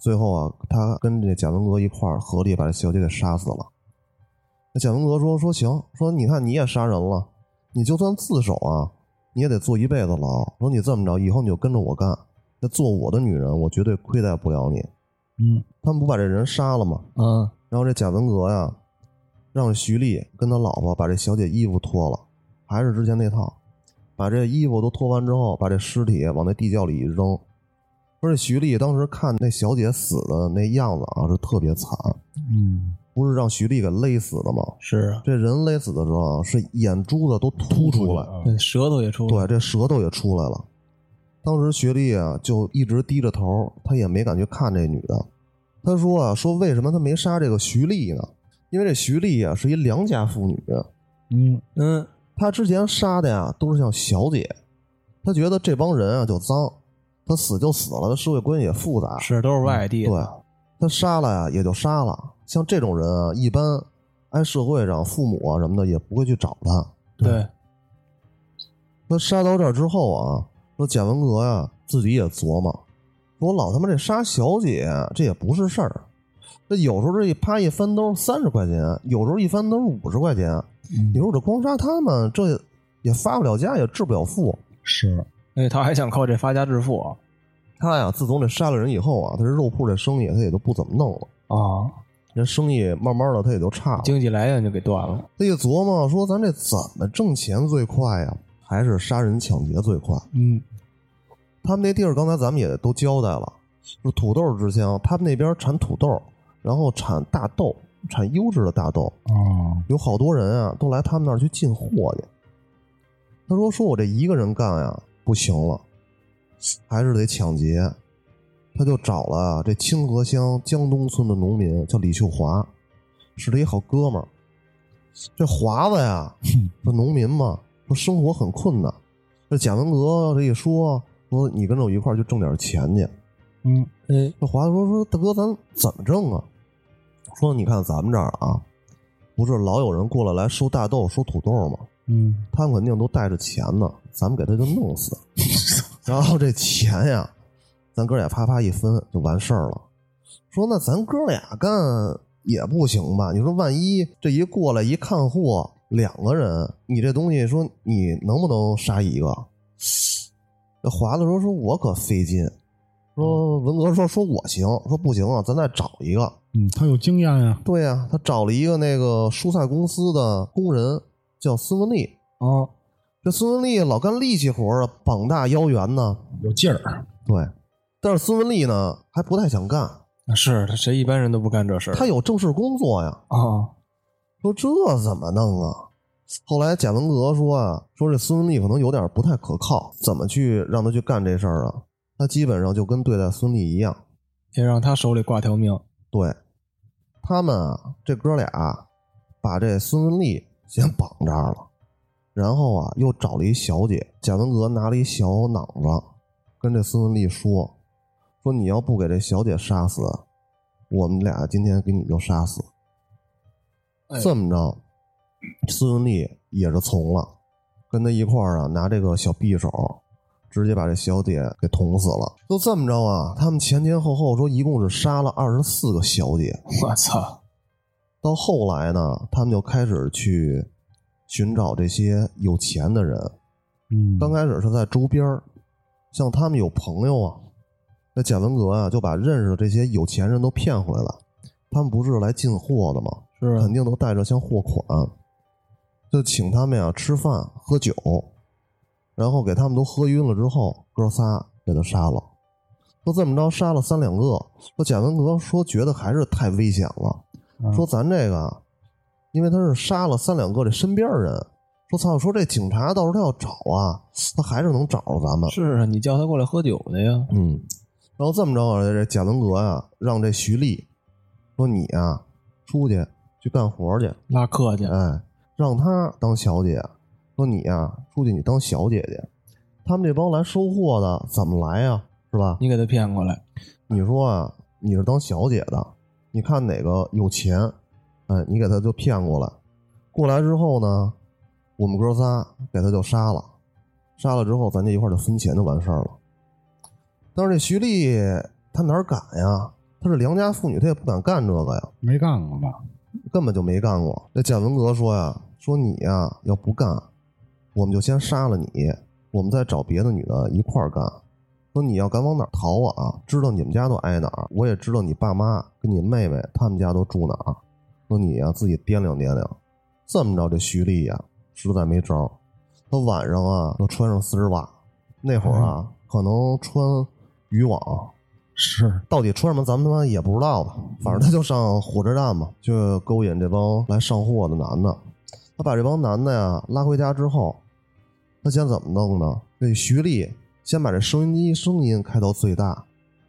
D: 最后啊，他跟这贾文革一块儿合力把这小姐给杀死了。那贾文革说说行，说你看你也杀人了，你就算自首啊，你也得坐一辈子牢。说你这么着，以后你就跟着我干，那做我的女人，我绝对亏待不了你。
C: 嗯，
D: 他们不把这人杀了吗？
F: 嗯，
D: 然后这贾文革呀，让徐丽跟他老婆把这小姐衣服脱了，还是之前那套，把这衣服都脱完之后，把这尸体往那地窖里一扔。说这徐丽当时看那小姐死的那样子啊，是特别惨，”
C: 嗯，
D: 不是让徐丽给勒死的吗？
F: 是啊，
D: 这人勒死的时候啊，是眼珠子都凸出来，
C: 啊
F: 那舌头也出
D: 对，
F: 来
D: 这舌头也出来了。当时学历啊，就一直低着头，他也没敢去看这女的。他说啊，说为什么他没杀这个徐丽呢？因为这徐丽啊是一良家妇女，
C: 嗯，
F: 嗯，
D: 她之前杀的呀都是像小姐，他觉得这帮人啊就脏，他死就死了，他社会关系也复杂，
F: 是都是外地的。
D: 对，他杀了呀也就杀了。像这种人啊，一般按社会上父母啊什么的也不会去找他，
F: 对，
D: 那杀到这儿之后啊，说贾文革呀、自己也琢磨，说我老他妈这杀小姐这也不是事儿，这有时候这一啪一翻兜三十块钱，有时候一翻兜五十块钱，
C: 嗯
D: 你说我这光杀他们这也发不了家，也致不了富。
C: 是，
F: 哎，他还想靠这发家致富啊。
D: 他呀，自从这杀了人以后啊，他这肉铺这生意他也就不怎么弄了，
F: 啊，
D: 这生意慢慢的他也就差了。
F: 经济来源就给断了。
D: 他一琢磨说，咱这怎么挣钱最快呀？还是杀人抢劫最快？
C: 嗯，
D: 他们那地儿刚才咱们也都交代了，就是土豆之乡，他们那边产土豆，然后产大豆，产优质的大豆，
C: 哦，
D: 有好多人啊都来他们那儿去进货去。他说：“说我这一个人干呀不行了，还是得抢劫。”他就找了啊这清河乡江东村的农民，叫李秀华，是他一好哥们儿。这华子呀，这农民嘛，说生活很困难。这贾文革这一说，说你跟着我一块儿去挣点钱去。
C: 嗯，
F: 哎，
D: 这华子说说大哥，咱怎么挣啊？说你看咱们这儿啊，不是老有人过来来收大豆、收土豆吗？
C: 嗯，
D: 他们肯定都带着钱呢，咱们给他就弄死。然后这钱呀，咱哥俩啪啪一分就完事儿了。说那咱哥俩干也不行吧？你说万一这一过来一看货，两个人，你这东西说你能不能杀一个？这华子说说我可费劲，说文革说说我行，说不行啊，咱再找一个。
C: 嗯，他有经验呀，
D: 对呀、他找了一个那个蔬菜公司的工人，叫孙文丽。
F: 啊，
D: 这孙文丽老干力气活儿啊，膀大腰圆呢。
C: 有劲儿，
D: 对，但是孙文丽呢还不太想干，
F: 啊是他谁一般人都不干这事儿。
D: 他有正式工作呀。
F: 啊，
D: 说这怎么弄啊？后来贾文革说啊，说这孙文丽可能有点不太可靠，怎么去让他去干这事儿啊？他基本上就跟对待孙俪一样，
F: 也让他手里挂条命。
D: 对他们啊，这哥俩啊把这孙文丽先绑这儿了，然后啊又找了一小姐，贾文革拿了一小囊子，跟这孙文丽说说你要不给这小姐杀死，我们俩今天给你就杀死。
F: 哎
D: 这么着，孙文丽也是从了，跟他一块儿啊拿这个小匕首。直接把这小姐给捅死了，就这么着啊！他们前前后后说一共是杀了二十四个小姐，
F: 我操，
D: 到后来呢，他们就开始去寻找这些有钱的人。
C: 嗯，
D: 刚开始是在周边儿，像他们有朋友啊，那贾文革啊就把认识的这些有钱人都骗回来。他们不是来进货的吗？
F: 是啊
D: 肯定都带着像货款，就请他们呀、吃饭喝酒，然后给他们都喝晕了之后，哥仨给他杀了。就这么着杀了三两个，说贾文革说觉得还是太危险了，
C: 嗯
F: 啊
D: 说咱这个，因为他是杀了三两个这身边人，我操，说这警察到时候他要找啊，他还是能找着咱们。
F: 是啊，你叫他过来喝酒的呀。
D: 嗯，然后这么着啊，这贾伦格啊，让这徐丽说你啊，出去去干活去，
F: 拉客去，
D: 哎，让她当小姐，说你啊，出去你当小姐去。他们这帮来收货的怎么来呀、啊是吧？
F: 你给他骗过来，
D: 你说啊，你是当小姐的，你看哪个有钱，哎，你给他就骗过来。过来之后呢，我们哥仨给他就杀了，杀了之后咱就一块儿就分钱就完事儿了。但是这徐丽她哪儿敢呀？她是良家妇女，她也不敢干这个呀，
C: 没干过吧？
D: 根本就没干过。这贾文革说呀，说你呀要不干，我们就先杀了你，我们再找别的女的一块儿干。说你要敢往哪儿逃啊，知道你们家都挨哪儿，我也知道你爸妈跟你妹妹他们家都住哪儿。说你呀、自己掂量掂量。这么着，这徐丽呀、实在没招儿，她晚上啊都穿上丝袜，那会儿啊、可能穿渔网，
C: 是
D: 到底穿什么咱们他妈也不知道吧，反正他就上火车站嘛，去勾引这帮来上货的男的。他把这帮男的呀拉回家之后，他先怎么弄呢？这徐丽先把这收音机声音开到最大，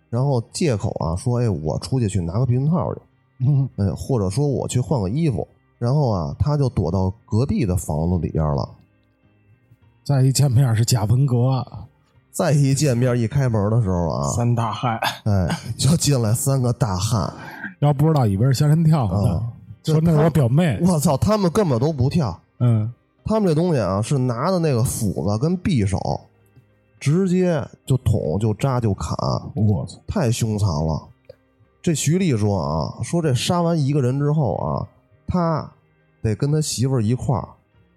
D: 然后借口啊说：“哎，我出去去拿个避孕套去。”
C: 嗯，
D: 哎，或者说我去换个衣服。然后啊，他就躲到隔壁的房子里边了。
C: 再一见面是贾文革，啊
D: 再一见面，一开门的时候啊，
F: 三大汉，
D: 哎，就进来三个大汉。
C: 要不知道以为是仙人跳呢
D: 啊，
C: 说那是我表妹。
D: 我操，他们根本都不跳，
C: 嗯，
D: 他们这东西啊是拿的那个斧子跟匕首，直接就捅就扎就砍，
C: 我操，
D: 太凶残了。这徐丽说啊，说这杀完一个人之后啊，他得跟他媳妇儿一块儿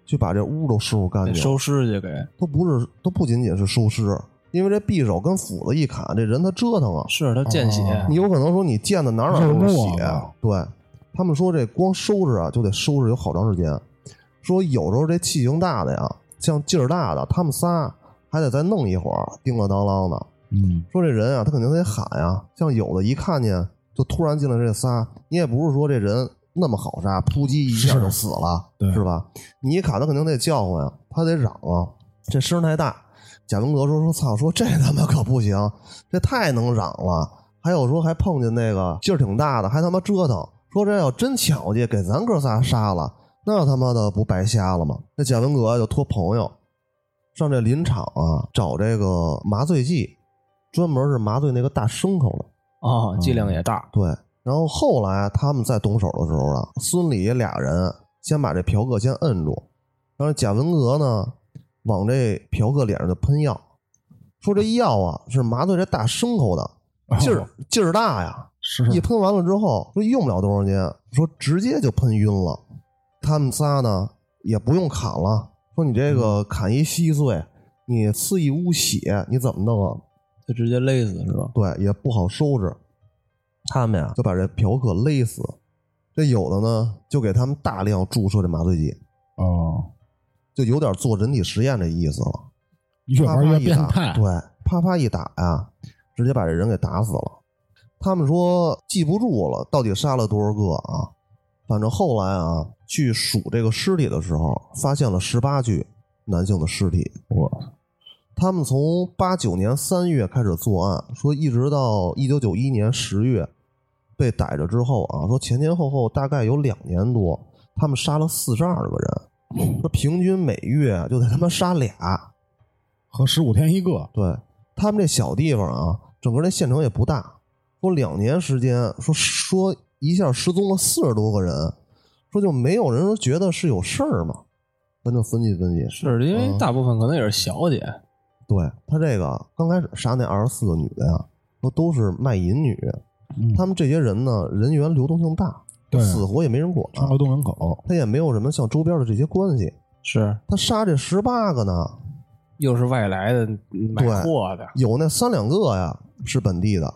D: 去把这屋都收拾干
F: 得
D: 净，
F: 哎收尸去给。
D: 都不是都不仅仅是收尸，因为这匕首跟斧子一砍，这人他折腾啊，
F: 是他见血，
D: 你有可能说你溅的哪儿哪儿都是血
C: 肉啊，
D: 对他们说这光收拾啊就得收拾有好长时间，说有时候这气性大的呀，像劲儿大的，他们仨还得再弄一会儿，叮了当啷的。
C: 嗯，
D: 说这人啊，他肯定得喊呀，像有的一看见就突然进来这仨，你也不是说这人那么好杀，扑击一下就死了，
C: 对
D: 是吧？你一砍他肯定得叫唤呀，他得嚷啊，这声儿太大。贾文革说说操，说这他妈可不行，这太能嚷了。还有说还碰见那个劲儿挺大的，还他妈折腾，说这要真抢过去给咱哥仨杀了，那他妈的不白瞎了吗？那贾文革就托朋友上这林场啊找这个麻醉剂，专门是麻醉那个大牲口的。
F: 啊，剂量也大，
D: 对，然后后来啊他们再动手的时候啊，孙礼俩人先把这嫖客先摁住，然后贾文革呢往这嫖客脸上就喷药，说这药啊是麻醉这大牲口的，劲儿、劲儿大呀。
C: 是
D: 一喷完了之后，说用不了多长时间，说直接就喷晕了。他们仨呢也不用砍了，说你这个砍一稀碎，你呲一屋血，你怎么弄啊？
F: 就直接勒死是吧？
D: 对，也不好收拾。他们呀就把这嫖客勒死，这有的呢就给他们大量注射这麻醉剂，
C: 哦，
D: 就有点做人体实验这意思了。
C: 越
D: 啪
C: 玩
D: 啪
C: 越
D: 一
C: 变
D: 打
C: 态。
D: 对，啪啪一打呀，直接把这人给打死了。他们说记不住了，到底杀了多少个啊？反正后来啊，去数这个尸体的时候，发现了十八具男性的尸体。
F: 哇！
D: 他们从八九年三月开始作案，说一直到一九九一年十月被逮着之后啊，说前前后后大概有两年多，他们杀了四十二个人，说平均每月就得他妈杀俩。
C: 和十五天一个，
D: 对他们这小地方啊，整个那县城也不大，说两年时间，说说一下失踪了四十多个人，说就没有人说觉得是有事儿嘛，咱就分析分析。
F: 是因为
D: 嗯
F: 大部分可能也是小姐，
D: 对他这个刚开始杀那二十四个女的呀，说都是卖淫女，
C: 嗯
D: 他们这些人呢人员流动性大，
C: 对啊
D: 死活也没人管，
C: 差不多动人口，
D: 他也没有什么像周边的这些关系。
F: 是
D: 他杀这十八个呢，
F: 又是外来的买
D: 对
F: 货的，
D: 有那三两个呀是本地的，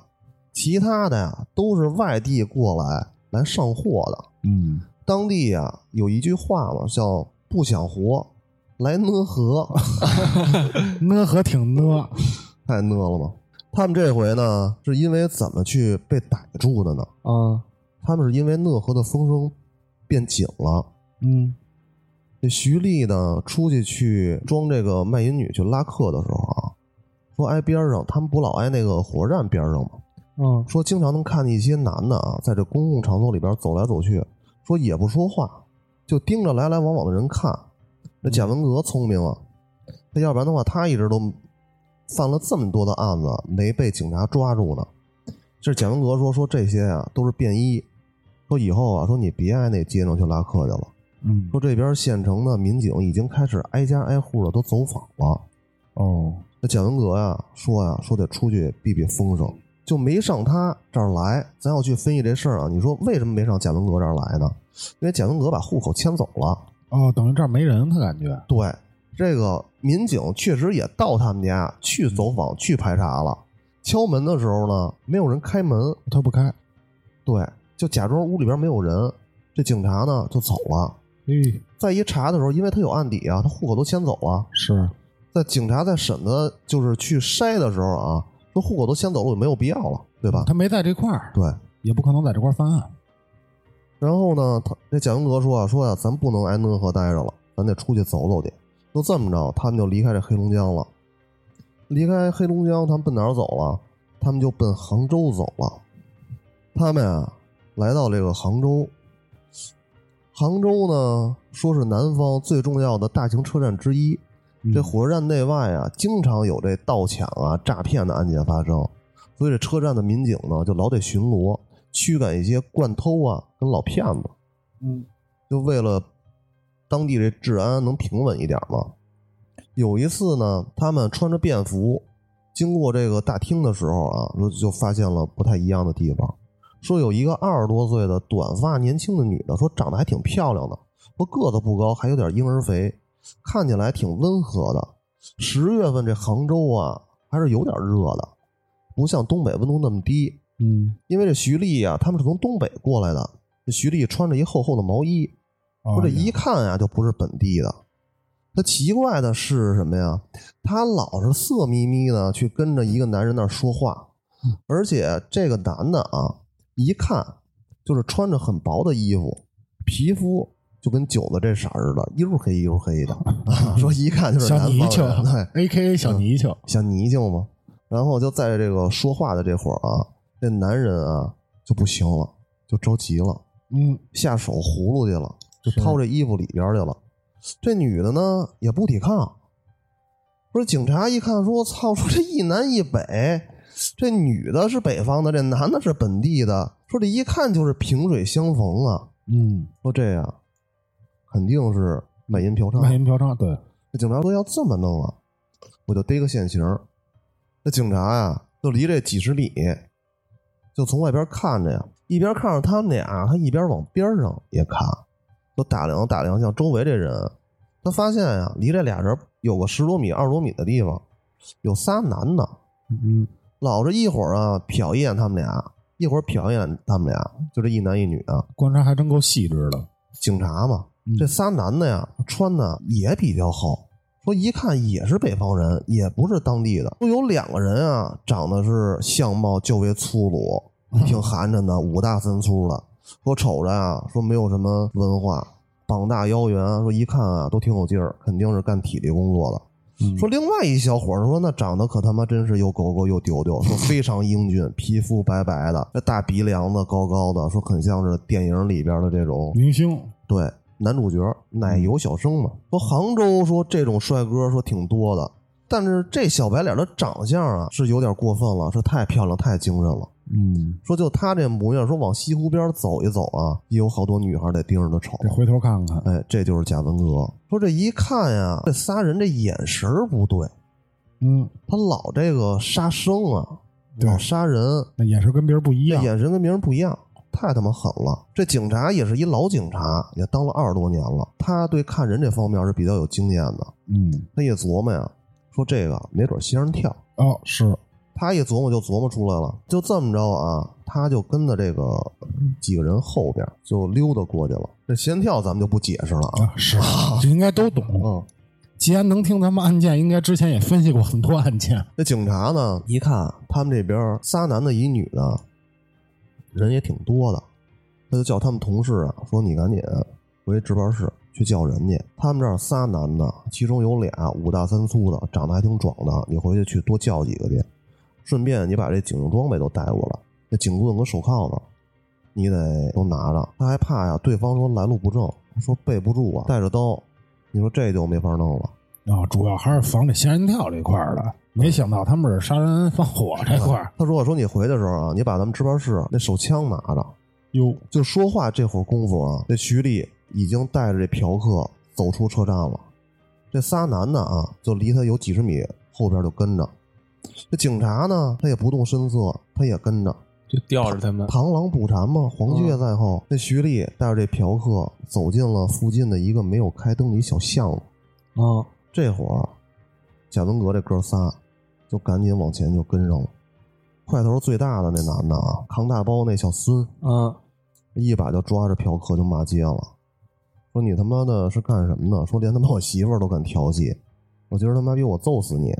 D: 其他的呀都是外地过来来上货的。
C: 嗯，
D: 当地呀有一句话嘛，叫“不想活，来 讷河嗯
C: 呢和挺呢，”，
D: 太讷了吗？他们这回呢，是因为怎么去被逮住的呢？
F: 嗯，
D: 他们是因为讷河的风声变紧了，
C: 嗯，
D: 这徐丽呢，出去去装这个卖淫女去拉客的时候啊，说挨边上，他们不老挨那个火车站边上吗？
F: 嗯，
D: 说经常能看见一些男的啊，在这公共场所里边走来走去，说也不说话，就盯着来来往往的人看。这贾文革聪明啊，他要不然的话，他一直都犯了这么多的案子没被警察抓住呢。这贾文革说说这些啊都是便衣，说以后啊说你别挨那街上去拉客去了。
C: 嗯
D: 说这边县城的民警已经开始挨家挨户的都走访了。
C: 哦，
D: 那蒋文革呀说呀说得出去避避风声，就没上他这儿来。咱要去分析这事儿啊，你说为什么没上蒋文革这儿来呢？因为蒋文革把户口迁走了。
C: 哦，等于这儿没人，他感觉
D: 对，这个民警确实也到他们家去走访、去排查了。敲门的时候呢，没有人开门，
C: 他不开。
D: 对，就假装屋里边没有人。这警察呢就走了。
C: 咦，
D: 再一查的时候，因为他有案底啊，他户口都迁走了。
C: 是
D: 在警察在审的，就是去筛的时候啊，说户口都迁走了，就没有必要了，对吧？
C: 他没在这块儿，
D: 对。
C: 也不可能在这块儿犯案。
D: 然后呢，他这蒋文革说啊，说呀、咱不能挨讷河待着了，咱得出去走走去。就这么着，他们就离开这黑龙江了。离开黑龙江，他们奔哪儿走了？他们就奔杭州走了。他们啊，来到这个杭州。杭州呢，说是南方最重要的大型车站之一。这火车站内外啊，经常有这盗抢啊、诈骗的案件发生，所以这车站的民警呢，就老得巡逻，驱赶一些惯偷啊跟老骗子。
C: 嗯，
D: 就为了当地这治安能平稳一点嘛。有一次呢，他们穿着便服经过这个大厅的时候啊，就就发现了不太一样的地方。说有一个二十多岁的短发年轻的女的，说长得还挺漂亮的，说个子不高，还有点婴儿肥，看起来挺温和的。十月份这杭州啊，还是有点热的，不像东北温度那么低。
C: 嗯，
D: 因为这徐丽啊，他们是从东北过来的，这徐丽穿着一厚厚的毛衣，
C: 哦
D: 说这一看啊呀、就不是本地的。他奇怪的是什么呀？他老是色眯眯的去跟着一个男人那儿说话，
C: 嗯
D: 而且这个男的啊，一看就是穿着很薄的衣服，皮肤就跟酒的这色儿似的，一路黑一路黑的。 啊说一看就是
C: 小
D: 南
C: 泥
D: 方
C: 鳅
D: 人，对，
C: ，A K A 小泥鳅，
D: 小泥鳅嘛。然后就在这个说话的这会儿啊，这男人啊就不行了，就着急了，
C: 嗯，
D: 下手葫芦去了，就是掏这衣服里边去了。这女的呢也不抵抗，说警察一看说：“操！说这一南一北，这女的是北方的，这男的是本地的，说这一看就是萍水相逢啊。
C: 嗯，”
D: 说这样肯定是卖淫嫖娼，
C: 卖淫嫖娼，对，
D: 这警察说要这么弄啊，我就逮个现行儿。这警察呀、就离这几十米，就从外边看着呀，一边看着他们俩，他一边往边上也看，就打量打量像周围这人。他发现呀、离这俩人有个十多米、二十多米的地方，有仨男的，
C: 嗯，
D: 老是一会儿啊瞟一眼他们俩，一会儿瞟一眼他们俩，就这一男一女啊。
C: 观察还真够细致的。
D: 警察嘛，
C: 嗯
D: 这仨男的呀，穿的也比较好，说一看也是北方人，也不是当地的。说有两个人啊，长得是相貌较为粗鲁，
C: 嗯
D: 挺寒碜的，五大三粗的。说瞅着啊，说没有什么文化，膀大腰圆，说一看啊都挺有劲儿，肯定是干体力工作的。
C: 嗯
D: 说另外一小伙儿说，那长得可他妈真是又狗狗又丢丢，说非常英俊，皮肤白白的，那大鼻梁子高高的，说很像是电影里边的这种
C: 明星，
D: 对，男主角奶
C: 嗯
D: 油小生嘛。说杭州说这种帅哥说挺多的，但是这小白脸的长相啊是有点过分了，是太漂亮太精神了。
C: 嗯，
D: 说就他这模样，说往西湖边走一走啊，也有好多女孩得盯着他瞅。
C: 得回头看看，
D: 哎，这就是贾文革。说这一看呀，这仨人这眼神儿不对，
C: 嗯，
D: 他老这个杀生啊，
C: 对
D: 老杀人，
C: 那眼神跟别人不一
D: 这
C: 样，
D: 眼神跟别人不一样，太他妈狠了。这警察也是一老警察，也当了二十多年了，他对看人这方面是比较有经验的。
C: 嗯，
D: 他一琢磨呀，说这个没准仙人跳。
C: 哦，是，
D: 他一琢磨就琢磨出来了，就这么着啊，他就跟着这个几个人后边就溜达过去了。这仙人跳咱们就不解释了啊，
C: 啊，是，这应该都 懂。
D: 嗯，
C: 既然能听咱们案件，应该之前也分析过很多案件。
D: 这警察呢，一看他们这边仨男的一女的，人也挺多的，他就叫他们同事啊，说你赶紧回值班室去叫人家。他们这儿仨男的，其中有俩五大三粗的，长得还挺壮的，你回去去多叫几个去，顺便你把这警用装备都带过来，那警棍跟手铐子，你得都拿着。他还怕呀，对方说来路不正，说备不住啊，带着刀，你说这就没法弄了。
C: 啊，主要还是防这仙人跳这块儿的。没想到他们是杀人放火这块儿，
D: 他说：“我说你回的时候啊，你把咱们值班室那手枪拿着。”
C: 哟，
D: 就说话这会儿功夫啊，这徐丽已经带着这嫖客走出车站了。这仨男的啊，就离他有几十米，后边就跟着。这警察呢，他也不动声色，他也跟着。
F: 就吊着他们。
D: 螳螂捕蝉嘛，黄雀在后。这徐丽带着这嫖客走进了附近的一个没有开灯的一小巷子。
F: 嗯，
D: 这会儿，啊贾文革这哥仨就赶紧往前就跟上了。块头最大的那男的啊，扛大包那小孙，
F: 嗯，
D: 一把就抓着嫖客就骂街了，说你他妈的是干什么的？说连他妈我媳妇儿都敢调戏，我今儿他妈逼我揍死你！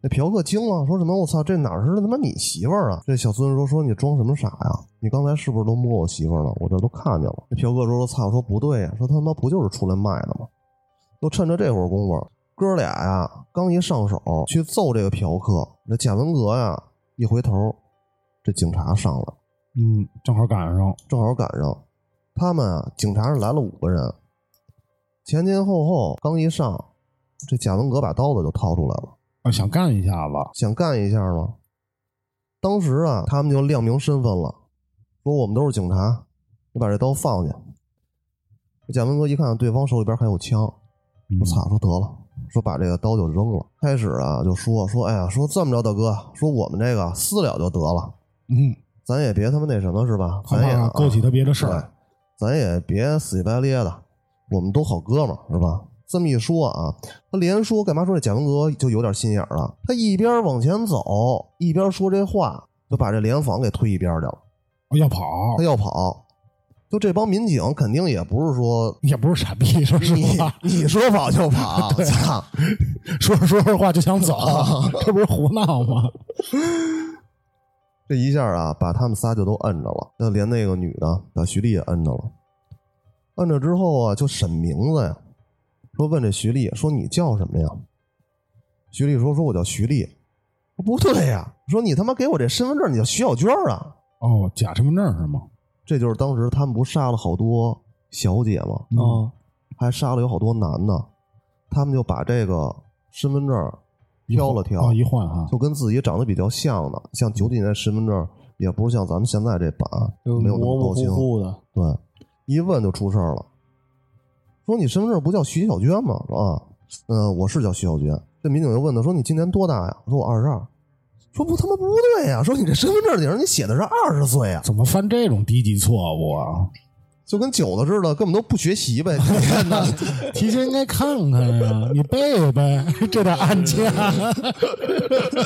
D: 那嫖客惊了，说什么我操，这哪是他妈你媳妇儿啊？这小孙说说你装什么傻呀？你刚才是不是都摸我媳妇儿了？我这都看见了。那嫖客说说操，说不对呀、说他妈不就是出来卖的吗？就趁着这会儿功夫，哥俩呀刚一上手去揍这个嫖客，那贾文革呀一回头，这警察上来了。
C: 嗯，正好赶上，
D: 正好赶上。他们啊，警察是来了五个人，前前后后刚一上，这贾文革把刀子就掏出来了，
C: 啊，想干一下子，
D: 想干一下吗？当时啊，他们就亮明身份了，说我们都是警察，你把这刀放下。贾文革一看对方手里边还有枪，
C: 嗯
D: 我操！说得了，说把这个刀就扔了。开始啊就说说，哎呀，说这么着，大哥，说我们这个私了就得了，
C: 嗯，
D: 咱也别他妈那什么是吧？
C: 害
D: 咱也
C: 怕
D: 啊
C: 勾起他别的事
D: 对
C: 儿，
D: 咱也别死乞白咧的，我们都好哥们儿，是吧？这么一说啊，他连说干嘛说这贾文革就有点心眼儿了。他一边往前走，一边说这话，就把这联防给推一边儿去了。
C: 哦要跑
D: 他，要跑，就这帮民警肯定也不是说
C: 也不是傻逼，说实
D: 你
C: 话，
D: 你说跑就跑，操！
C: 说着说着话就想走，
D: 啊
C: 这不是胡闹吗？
D: 这一下啊，把他们仨就都摁着了，那连那个女的把徐丽也摁着了。摁着之后啊，就审名字呀，说问这徐丽说你叫什么呀？徐丽说说我叫徐丽，说不对呀，说你他妈给我这身份证，你叫徐小娟儿啊？
C: 哦，假身份证是吗？
D: 这就是当时他们不杀了好多小姐吗？
C: 嗯，
D: 还杀了有好多男的，他们就把这个身份证挑了挑，
C: 啊，一换哈，
D: 就跟自己长得比较像的，像九几年身份证也不是像咱们现在这版
F: 就
D: 没有那
F: 模
D: 么
F: 模
D: 高清
F: 糊，糊的。
D: 对，一问就出事儿了，说你身份证不叫徐小娟吗？说啊，嗯、我是叫徐小娟。这民警就问他说你今年多大呀？说我二十二。说不他妈不对呀、说你这身份证顶上你写的是二十岁啊，
C: 怎么犯这种低级错误啊？
D: 就跟九子似的，根本都不学习呗。天天的
C: 提前应该看看呀，你背背这点案件，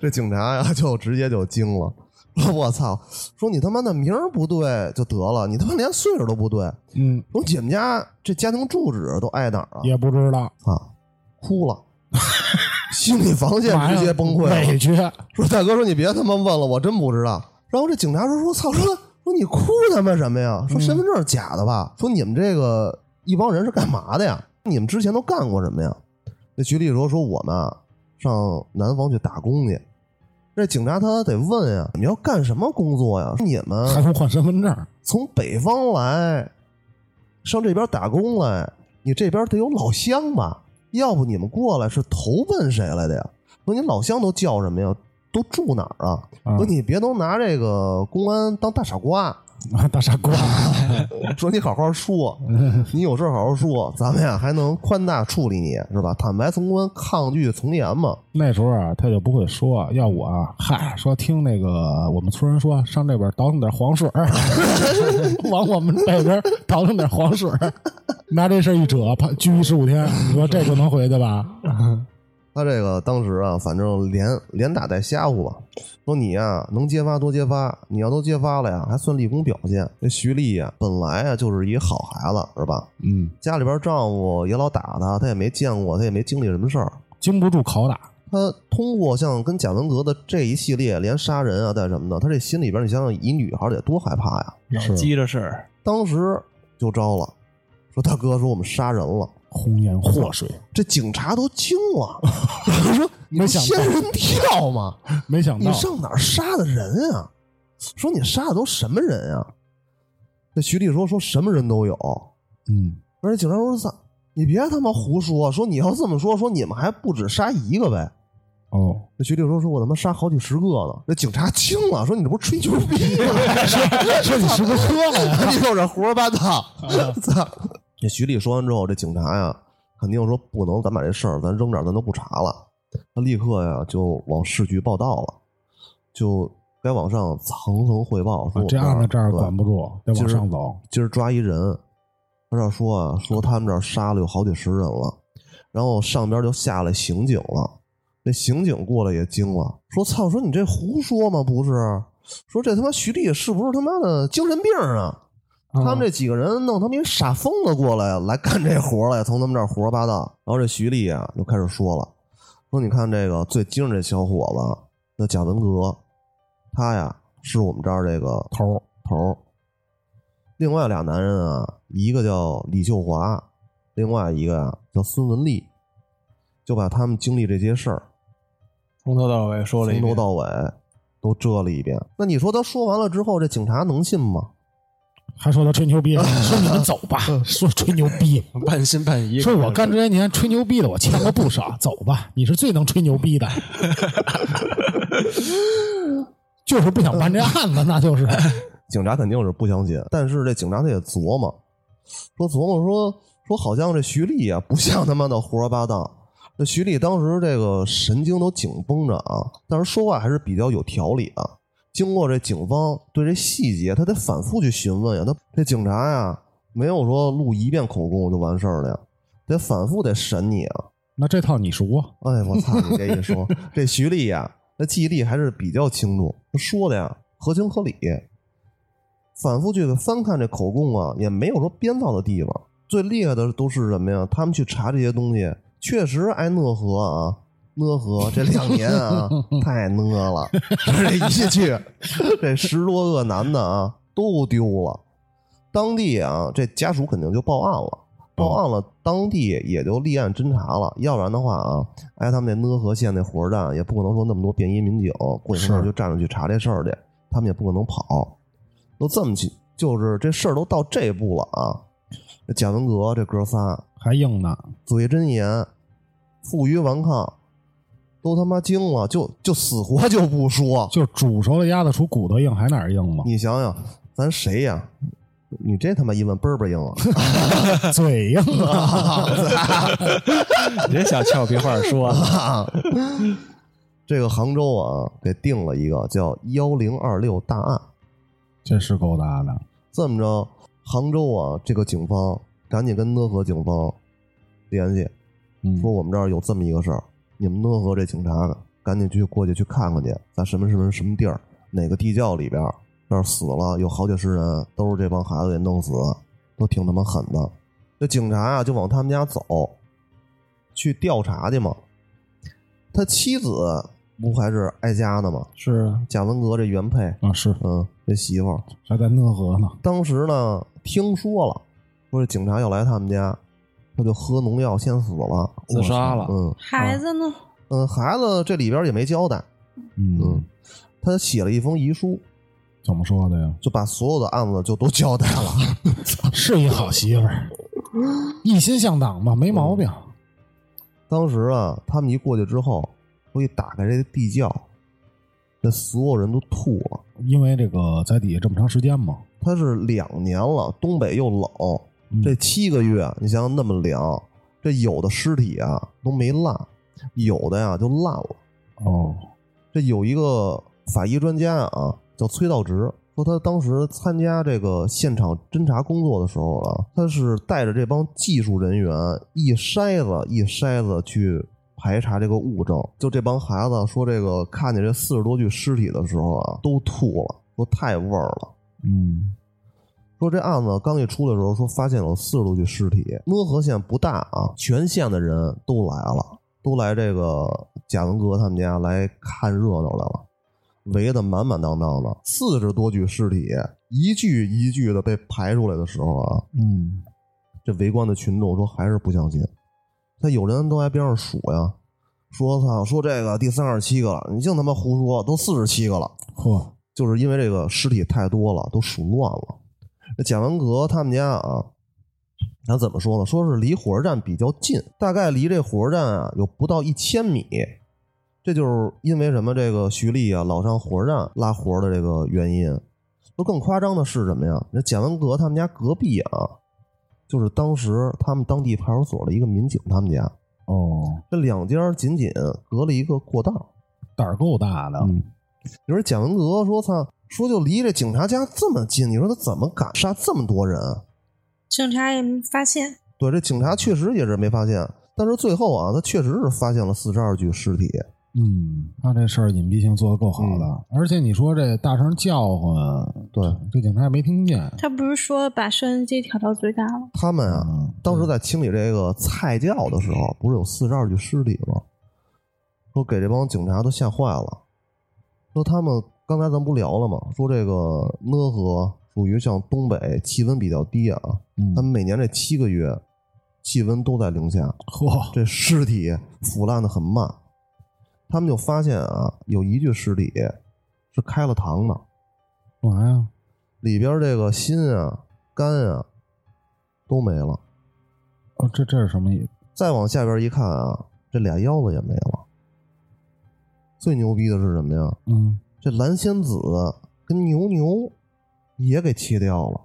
D: 这警察呀，就直接就惊了， 说我操，说你他妈的名儿不对就得了，你他妈连岁数都不对，
C: 嗯，
D: 说你们家这家庭住址都挨哪儿啊？
C: 也不知道，
D: 啊，哭了， 心理防线
C: 马上
D: 直接崩溃了
C: 委。屈，
D: 说大哥，说你别他妈问了，我真不知道。然后这警察说说操，说说你哭他妈什么呀？
C: 嗯
D: 说身份证是假的吧？说你们这个一帮人是干嘛的呀？你们之前都干过什么呀？那徐丽说说我们啊上南方去打工去。这警察他得问呀，你们要干什么工作呀？你们
C: 还能换身份证，
D: 从北方来，上这边打工来，你这边得有老乡吧？要不你们过来是投奔谁来的呀？说你老乡都叫什么呀？都住哪儿啊？
C: 啊
D: 说你别都拿这个公安当大傻瓜，
C: 啊大傻瓜，
D: 说你好好说，你有事好好说，咱们呀还能宽大处理你，是吧？坦白从宽，抗拒从严嘛。
C: 那时候啊，他就不会说，要我啊，嗨，说听那个我们村人说，上这边倒腾点黄水儿， 往我们这边倒腾点黄水儿，拿这事儿一扯，判拘役十五天，你说这就能回去吧？
D: 他这个当时啊，反正连连打带吓唬吧，说你呀、能揭发多揭发，你要都揭发了呀，还算立功表现。这徐丽呀、本来啊就是一好孩子，是吧？
C: 嗯，
D: 家里边丈夫也老打她，她也没见过，她也没经历什么事儿。
C: 经不住拷打，
D: 她通过像跟贾文革的这一系列，连杀人啊带什么的，她这心里边，你想想，一女孩得多害怕呀！
F: 老
C: 是
F: 记着事儿，
D: 当时就招了，说大哥，说我们杀人了。
C: 红颜祸水，
D: 这警察都惊了， 说你不
C: 没想到
D: 仙人跳吗？
C: 没想
D: 你
C: 到
D: 上哪儿杀的人啊？说你杀的都什么人啊？这徐丽说说什么人都有，
C: 嗯，
D: 而且警察说操，你别他妈胡说，说你要这么说，说你们还不止杀一个呗？
C: 哦，
D: 这徐丽说说我他妈杀好几十个呢。这警察惊了，说你这不是吹牛逼吗？
C: 说你是不是喝了 呀？
D: 你有点胡说八 道。操！这徐丽说完之后，这警察呀，肯定说不能，咱把这事儿咱扔这儿，咱都不查了。他立刻呀就往市局报道了，就该往上层层汇报。说我
C: 这案子这儿
D: 对
C: 管不住，得往上走。
D: 今儿抓一人，他这说啊，说他们这儿杀了有好几十人了，然后上边就下来刑警了，那刑警过来也惊了，说操，说你这胡说吗？不是，说这他妈徐丽是不是他妈的精神病啊？他们这几个人弄他们一傻疯子过来来干这活来，从他们这儿胡说八道。然后这徐丽啊就开始说了，说你看这个最精神这小伙子，那贾文革，他呀是我们这儿这个头头儿。另外俩男人啊，一个叫李秀华，另外一个啊叫孙文丽，就把他们经历这些事儿
F: 从头到尾说了一
D: 从头
F: 遍，
D: 到尾都折了一遍。那你说他说完了之后，这警察能信吗？
C: 还说他吹牛逼，说你们走 吧，说吹牛逼，
A: 半信半疑。
C: 说我干这些年吹牛逼的，我欠了不少，走吧，你是最能吹牛逼的，就是不想办这案子，那就是
D: 警察肯定是不相信，但是这警察他也琢磨，说琢磨说说好像这徐丽啊不像他妈的胡说八道。这徐丽当时这个神经都紧绷着啊，但是说话还是比较有条理啊。经过这警方对这细节，他得反复去询问呀。他这警察呀、没有说录一遍口供就完事儿了呀，得反复得审你啊。
C: 那这套你熟啊？
D: 哎，我操！你这一说，这徐丽呀、那记忆力还是比较清楚，说的呀合情合理。反复去翻看这口供啊，也没有说编造的地方。最厉害的都是什么呀？他们去查这些东西，确实挨讷河啊，讷河这两年啊太讷了，这一去这十多个男的啊都丢了。当地啊，这家属肯定就报案了，报案了，当地也就立案侦查了。要不然的话啊，挨他们那讷河县那火车站，也不可能说那么多便衣民警过去那儿
C: 是
D: 就站着去查这事儿去，他们也不可能跑。都这么起，就是这事儿都到这步了啊！这贾文革这哥仨
C: 还硬呢，
D: 嘴真严，负隅顽抗，都他妈惊了，就就死活就不说。
C: 就煮熟了鸭子除骨头硬，还哪儿硬吗？
D: 你想想，咱谁呀？你这他妈一问倍儿倍儿 硬啊！
C: 嘴硬啊！
F: 别想俏皮话说 了，
D: 这个杭州啊，给定了一个叫“幺零二六大案
C: 这是够大的，”。
D: 这么着，杭州啊，这个警方赶紧跟讷河警方联系，
C: 嗯
D: 说我们这儿有这么一个事儿，你们讷河这警察赶紧去过去去看看去，在什么什么什么地儿，哪个地窖里边儿那儿死了有好几十人，都是这帮孩子给弄死的，都挺他妈狠的。这警察啊就往他们家走，去调查去嘛。他妻子不还是挨家呢吗？
F: 是
D: 贾文革这原配，
C: 啊，是
D: 嗯，这媳妇儿
C: 还在讷河呢，
D: 当时呢听说了，说这警察要来他们家，他就喝农药先死了，
A: 自杀了
D: 嗯，
E: 孩子呢？
C: 啊
D: 嗯，孩子这里边也没交代，嗯
C: 嗯，，
D: 他写了一封遗书，
C: 怎么说的呀？
D: 就把所有的案子就都交代了。
C: 是一好媳妇儿，一心向党嘛，没毛病。
D: 当时啊，他们一过去之后，我一打开这地窖，这所有人都吐了。
C: 因为这个在底下这么长时间嘛，
D: 他是两年了，东北又冷，
C: 嗯
D: 这七个月你想想那么凉，这有的尸体啊都没烂，有的呀、就烂了。
C: 哦，
D: 这有一个法医专家啊，叫崔道直，说他当时参加这个现场侦查工作的时候啊，他是带着这帮技术人员一筛子一筛子去排查这个物证。就这帮孩子说这个看见这四十多具尸体的时候啊，都吐了，说太味儿了。
C: 嗯，
D: 说这案子刚一出来的时候，说发现有四十多具尸体。讷河县不大啊，全县的人都来了，都来这个贾文革他们家来看热闹来了，围得满满当当的，四十多具尸体，一具一具的被排出来的时候啊，
C: 嗯，
D: 这围观的群众说还是不相信，他有人都在边上数呀，说操，说这个第三十七个了，你净他妈胡说，都四十七个了，
C: 嚯，
D: 就是因为这个尸体太多了，都数乱了。那贾文革他们家啊，他怎么说呢？说是离火车站比较近，大概离这火车站啊有不到一千米。这就是因为什么？这个徐丽啊老上火车站拉活的这个原因。说更夸张的是什么呀？那贾文革他们家隔壁啊，就是当时他们当地派出所的一个民警他们家，
C: 哦，
D: 这两家仅仅隔了一个过道。
C: 胆儿够大的，
F: 嗯
D: 你说贾文革说操，说就离这警察家这么近，你说他怎么敢杀这么多人？啊
E: 警察也没发现。
D: 对，这警察确实也是没发现，但是最后啊，他确实是发现了四十二具尸体。
C: 嗯，那这事儿隐蔽性做得够好的，而且你说这大声叫唤，对，这警察也没听见，
E: 他不是说把收音机调到最大了？
D: 他们啊，
C: 嗯
D: 当时在清理这个菜窖的时候，不是有四十二具尸体吗？说给这帮警察都吓坏了。说他们刚才咱不聊了吗？说这个讷河属于像东北气温比较低啊，
C: 嗯
D: 他们每年这七个月气温都在零下，
C: 嚯，
D: 这尸体腐烂的很慢。他们就发现啊，有一具尸体是开了膛的，
C: 干嘛呀？
D: 里边这个心啊、肝啊都没了。
C: 哦，这这是什么意思？
D: 再往下边一看啊，这俩腰子也没了。最牛逼的是什么呀？
C: 嗯，
D: 这蓝仙子跟牛牛也给切掉了。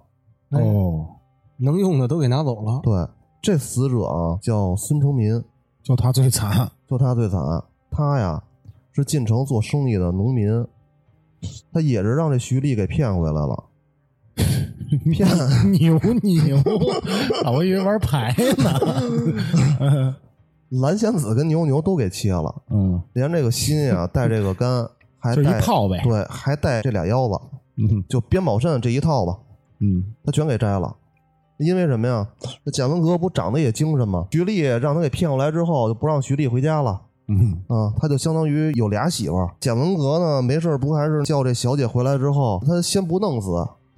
F: 哎
C: 哦，
A: 能用的都给拿走了。
D: 对，这死者啊叫孙成民，
C: 就他最惨，
D: 就他最惨。他呀是进城做生意的农民，他也是让这徐丽给骗回来了。
C: 牛牛牛，啊我以为玩牌呢，
D: 蓝仙子跟牛牛都给切了，
C: 嗯，
D: 连这个心啊带这个肝， 还
C: 就是一
D: 带
C: 炮呗，
D: 对，还带这俩腰子，
C: 嗯
D: 就边宝肾这一套吧。
C: 嗯，
D: 他全给摘了。因为什么呀？这贾文革不长得也精神吗？徐丽让他给骗过来之后，就不让徐丽回家了
C: 嗯，
D: 啊、他就相当于有俩媳妇儿。贾文革呢，没事儿不还是叫这小姐回来之后，他先不弄死，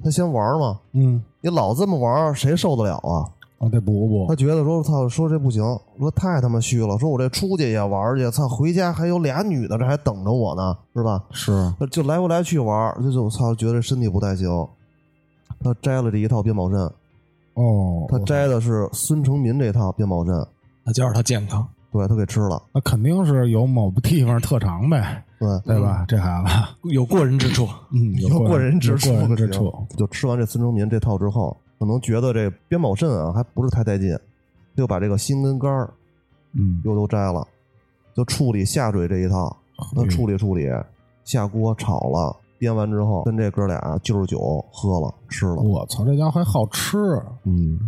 D: 他先玩儿嘛。
C: 嗯，
D: 你老这么玩儿，谁受得了啊？
C: 我得补
D: 他
C: 补，
D: 觉得说操，说这不行，说太他妈虚了，说我这出去也玩儿去，操，回家还有俩女的，这还等着我呢，是吧？
C: 是，
D: 他就来回来去玩儿，就就操，觉得身体不太行，他摘了这一套鞭宝阵，
C: 哦，
D: 他摘的是孙成民这套鞭炮阵，
A: 那就让他健康。
D: 对他给吃了，
C: 那肯定是有某地方特长呗，
D: 对，
C: 对吧？这孩子。
A: 有过人之处，
C: 嗯，
D: 有过人之处
C: 有过人之
D: 行
C: 处。
D: 就吃完这孙成民这套之后，可能觉得这鞭炮阵啊还不是太带劲，就把这个心跟肝儿
C: 嗯，
D: 又都摘了，就处理下水这一套，
C: 啊嗯
D: 那处理处理，下锅炒了，煸完之后跟这哥俩就是酒喝了吃了，
C: 我操，这家伙还好吃，啊
D: 嗯。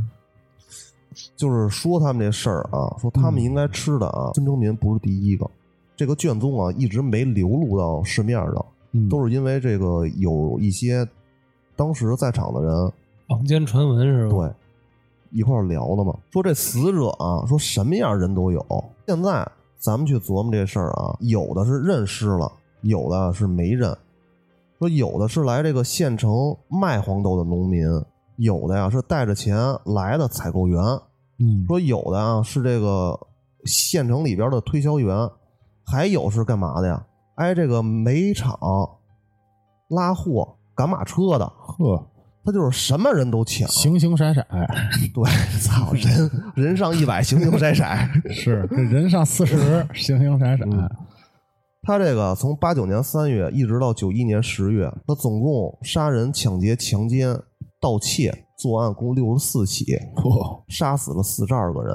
D: 就是说他们这事儿啊，说他们应该吃的啊，孙成民不是第一个，这个卷宗啊一直没流露到市面上，
C: 嗯
D: 都是因为这个有一些当时在场的人
F: 坊间传闻是吧？
D: 对一块儿聊的嘛，说这死者啊，说什么样人都有。现在咱们去琢磨这事儿啊，有的是认尸了，有的是没认，说有的是来这个县城卖黄豆的农民，有的呀、是带着钱来的采购员，
C: 嗯
D: 说有的啊是这个县城里边的推销员，还有是干嘛的呀？挨这个煤厂拉货赶马车的，
C: 呵，
D: 他就是什么人都抢。
C: 嗯形形色色，
D: 对，操人人上一百，形形色色。
C: 是这人上四十，形形色色，
D: 他这个从八九年三月一直到九一年十月，他总共杀人、抢劫、强奸、盗窃作案共六十四起，
C: 嚯
D: 杀死了四十二个人，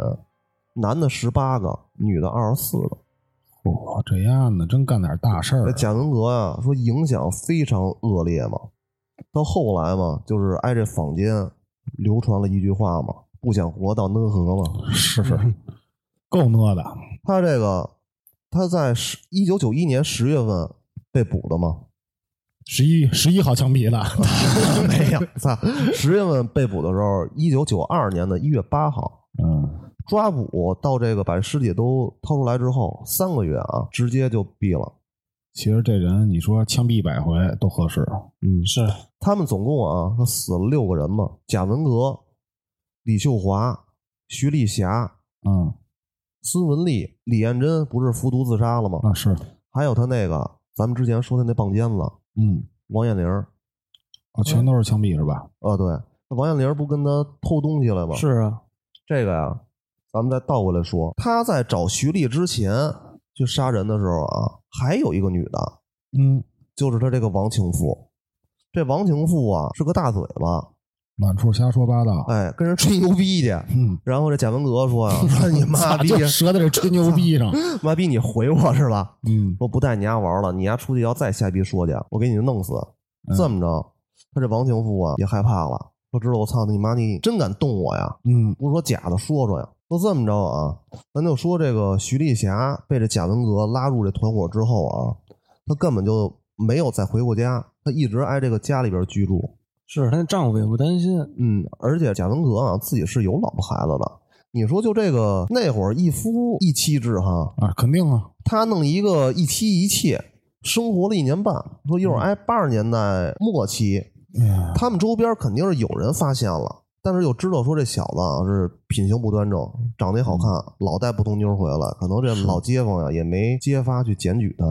D: 男的十八个，女的二十四个。
C: 嚯，这样的真干点大事
D: 那
C: 儿，
D: 贾文革啊，说影响非常恶劣嘛。到后来嘛，就是挨这坊间流传了一句话嘛，不想活到讷河嘛。
C: 是够讷的，
D: 他这个他在十一九九一年十月份被捕的嘛，
C: 十一十一号枪毙的，
D: 没 有，操！十月份被捕的时候，一九九二年的一月八号
C: 嗯，
D: 抓捕，到这个把尸体都掏出来之后，三个月啊，直接就毙了。
C: 其实这人你说枪毙一百回都合适，
F: 嗯，是
D: 他们总共啊，说死了六个人嘛，贾文革、李秀华、徐丽霞、
C: 嗯
D: 孙文丽、李艳珍不是服毒自杀了吗？
C: 啊是，
D: 还有他那个，咱们之前说的那棒尖子
C: 嗯
D: 王艳玲儿，
C: 啊，全都是枪毙是吧？
D: 啊，对，那王艳玲儿不跟他偷东西了吗？
A: 是啊，
D: 这个呀，咱们再倒过来说，他在找徐丽之前去杀人的时候啊，还有一个女的，
C: 嗯，
D: 就是他这个王情妇。这王情妇啊是个大嘴巴，
C: 满处瞎说八道，
D: 哎，跟人吹牛逼去。
C: 嗯，
D: 然后这贾文革说呀、 说 你妈逼
C: 啊就，折在这吹牛逼 上，
D: 妈逼你回我是吧？
C: 嗯
D: 说不带你丫玩了，你丫出去要再瞎逼说去，我给你弄死。
C: 嗯
D: 这么着，他这王情妇啊也害怕了，说知道我操你妈你真敢动我呀！
C: 嗯
D: 不是说假的，说说呀。就这么着啊，咱就说这个徐丽霞被这贾文革拉入这团伙之后啊，她根本就没有再回过家，她一直挨这个家里边居住。
A: 是她那丈夫也不担心，
D: 嗯，而且贾文革啊自己是有老婆孩子的。你说就这个那会儿一夫一妻制哈，
C: 啊，肯定啊，
D: 他弄一个一妻一妾，生活了一年半，说又是挨八十年代末期，
C: 嗯哎呀，
D: 他们周边肯定是有人发现了，但是又知道说这小子啊是品行不端正，长得也好看，老带不同妞回来，可能这老街坊呀也没揭发去检举他。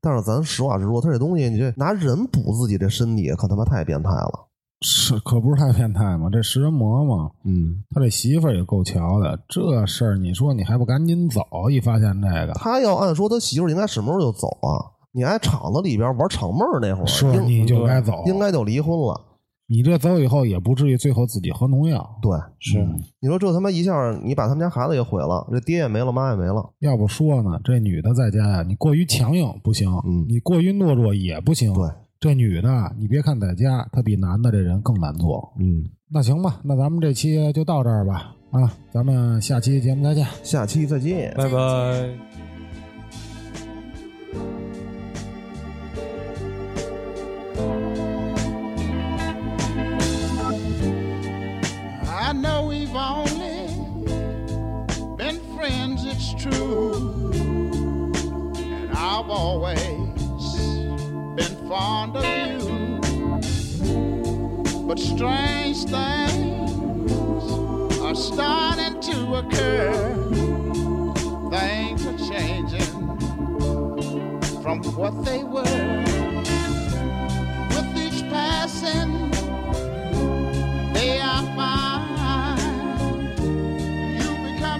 D: 但是咱实话实说，他这东西，你这拿人补自己这身体，可他妈太变态了。
C: 是可不是太变态嘛？这食人魔嘛，
D: 嗯，
C: 他这媳妇儿也够瞧的，这事儿你说你还不赶紧走？一发现这个，
D: 他要按说他媳妇儿应该什么时候就走啊？你挨厂子里边玩厂妹儿那会儿，
C: 是
D: 应
C: 你就该走，
D: 应该就离婚了。
C: 你这走以后也不至于最后自己喝农药，
D: 对，
C: 是、
D: 你说这他妈一下，你把他们家孩子也毁了，这爹也没了，妈也没了。
C: 要不说呢，这女的在家呀，你过于强硬不行，
D: 嗯
C: 你过于懦弱也不行。
D: 对，
C: 这女的，你别看在家，她比男的这人更难做。
D: 嗯，
C: 那行吧，那咱们这期就到这儿吧，啊，咱们下期节目再见。
D: 下期再见。
F: 拜拜。
H: I know we've only been friends, it's true. And I've always been fond of you. But strange things are starting to occur. Things are changing from what they were.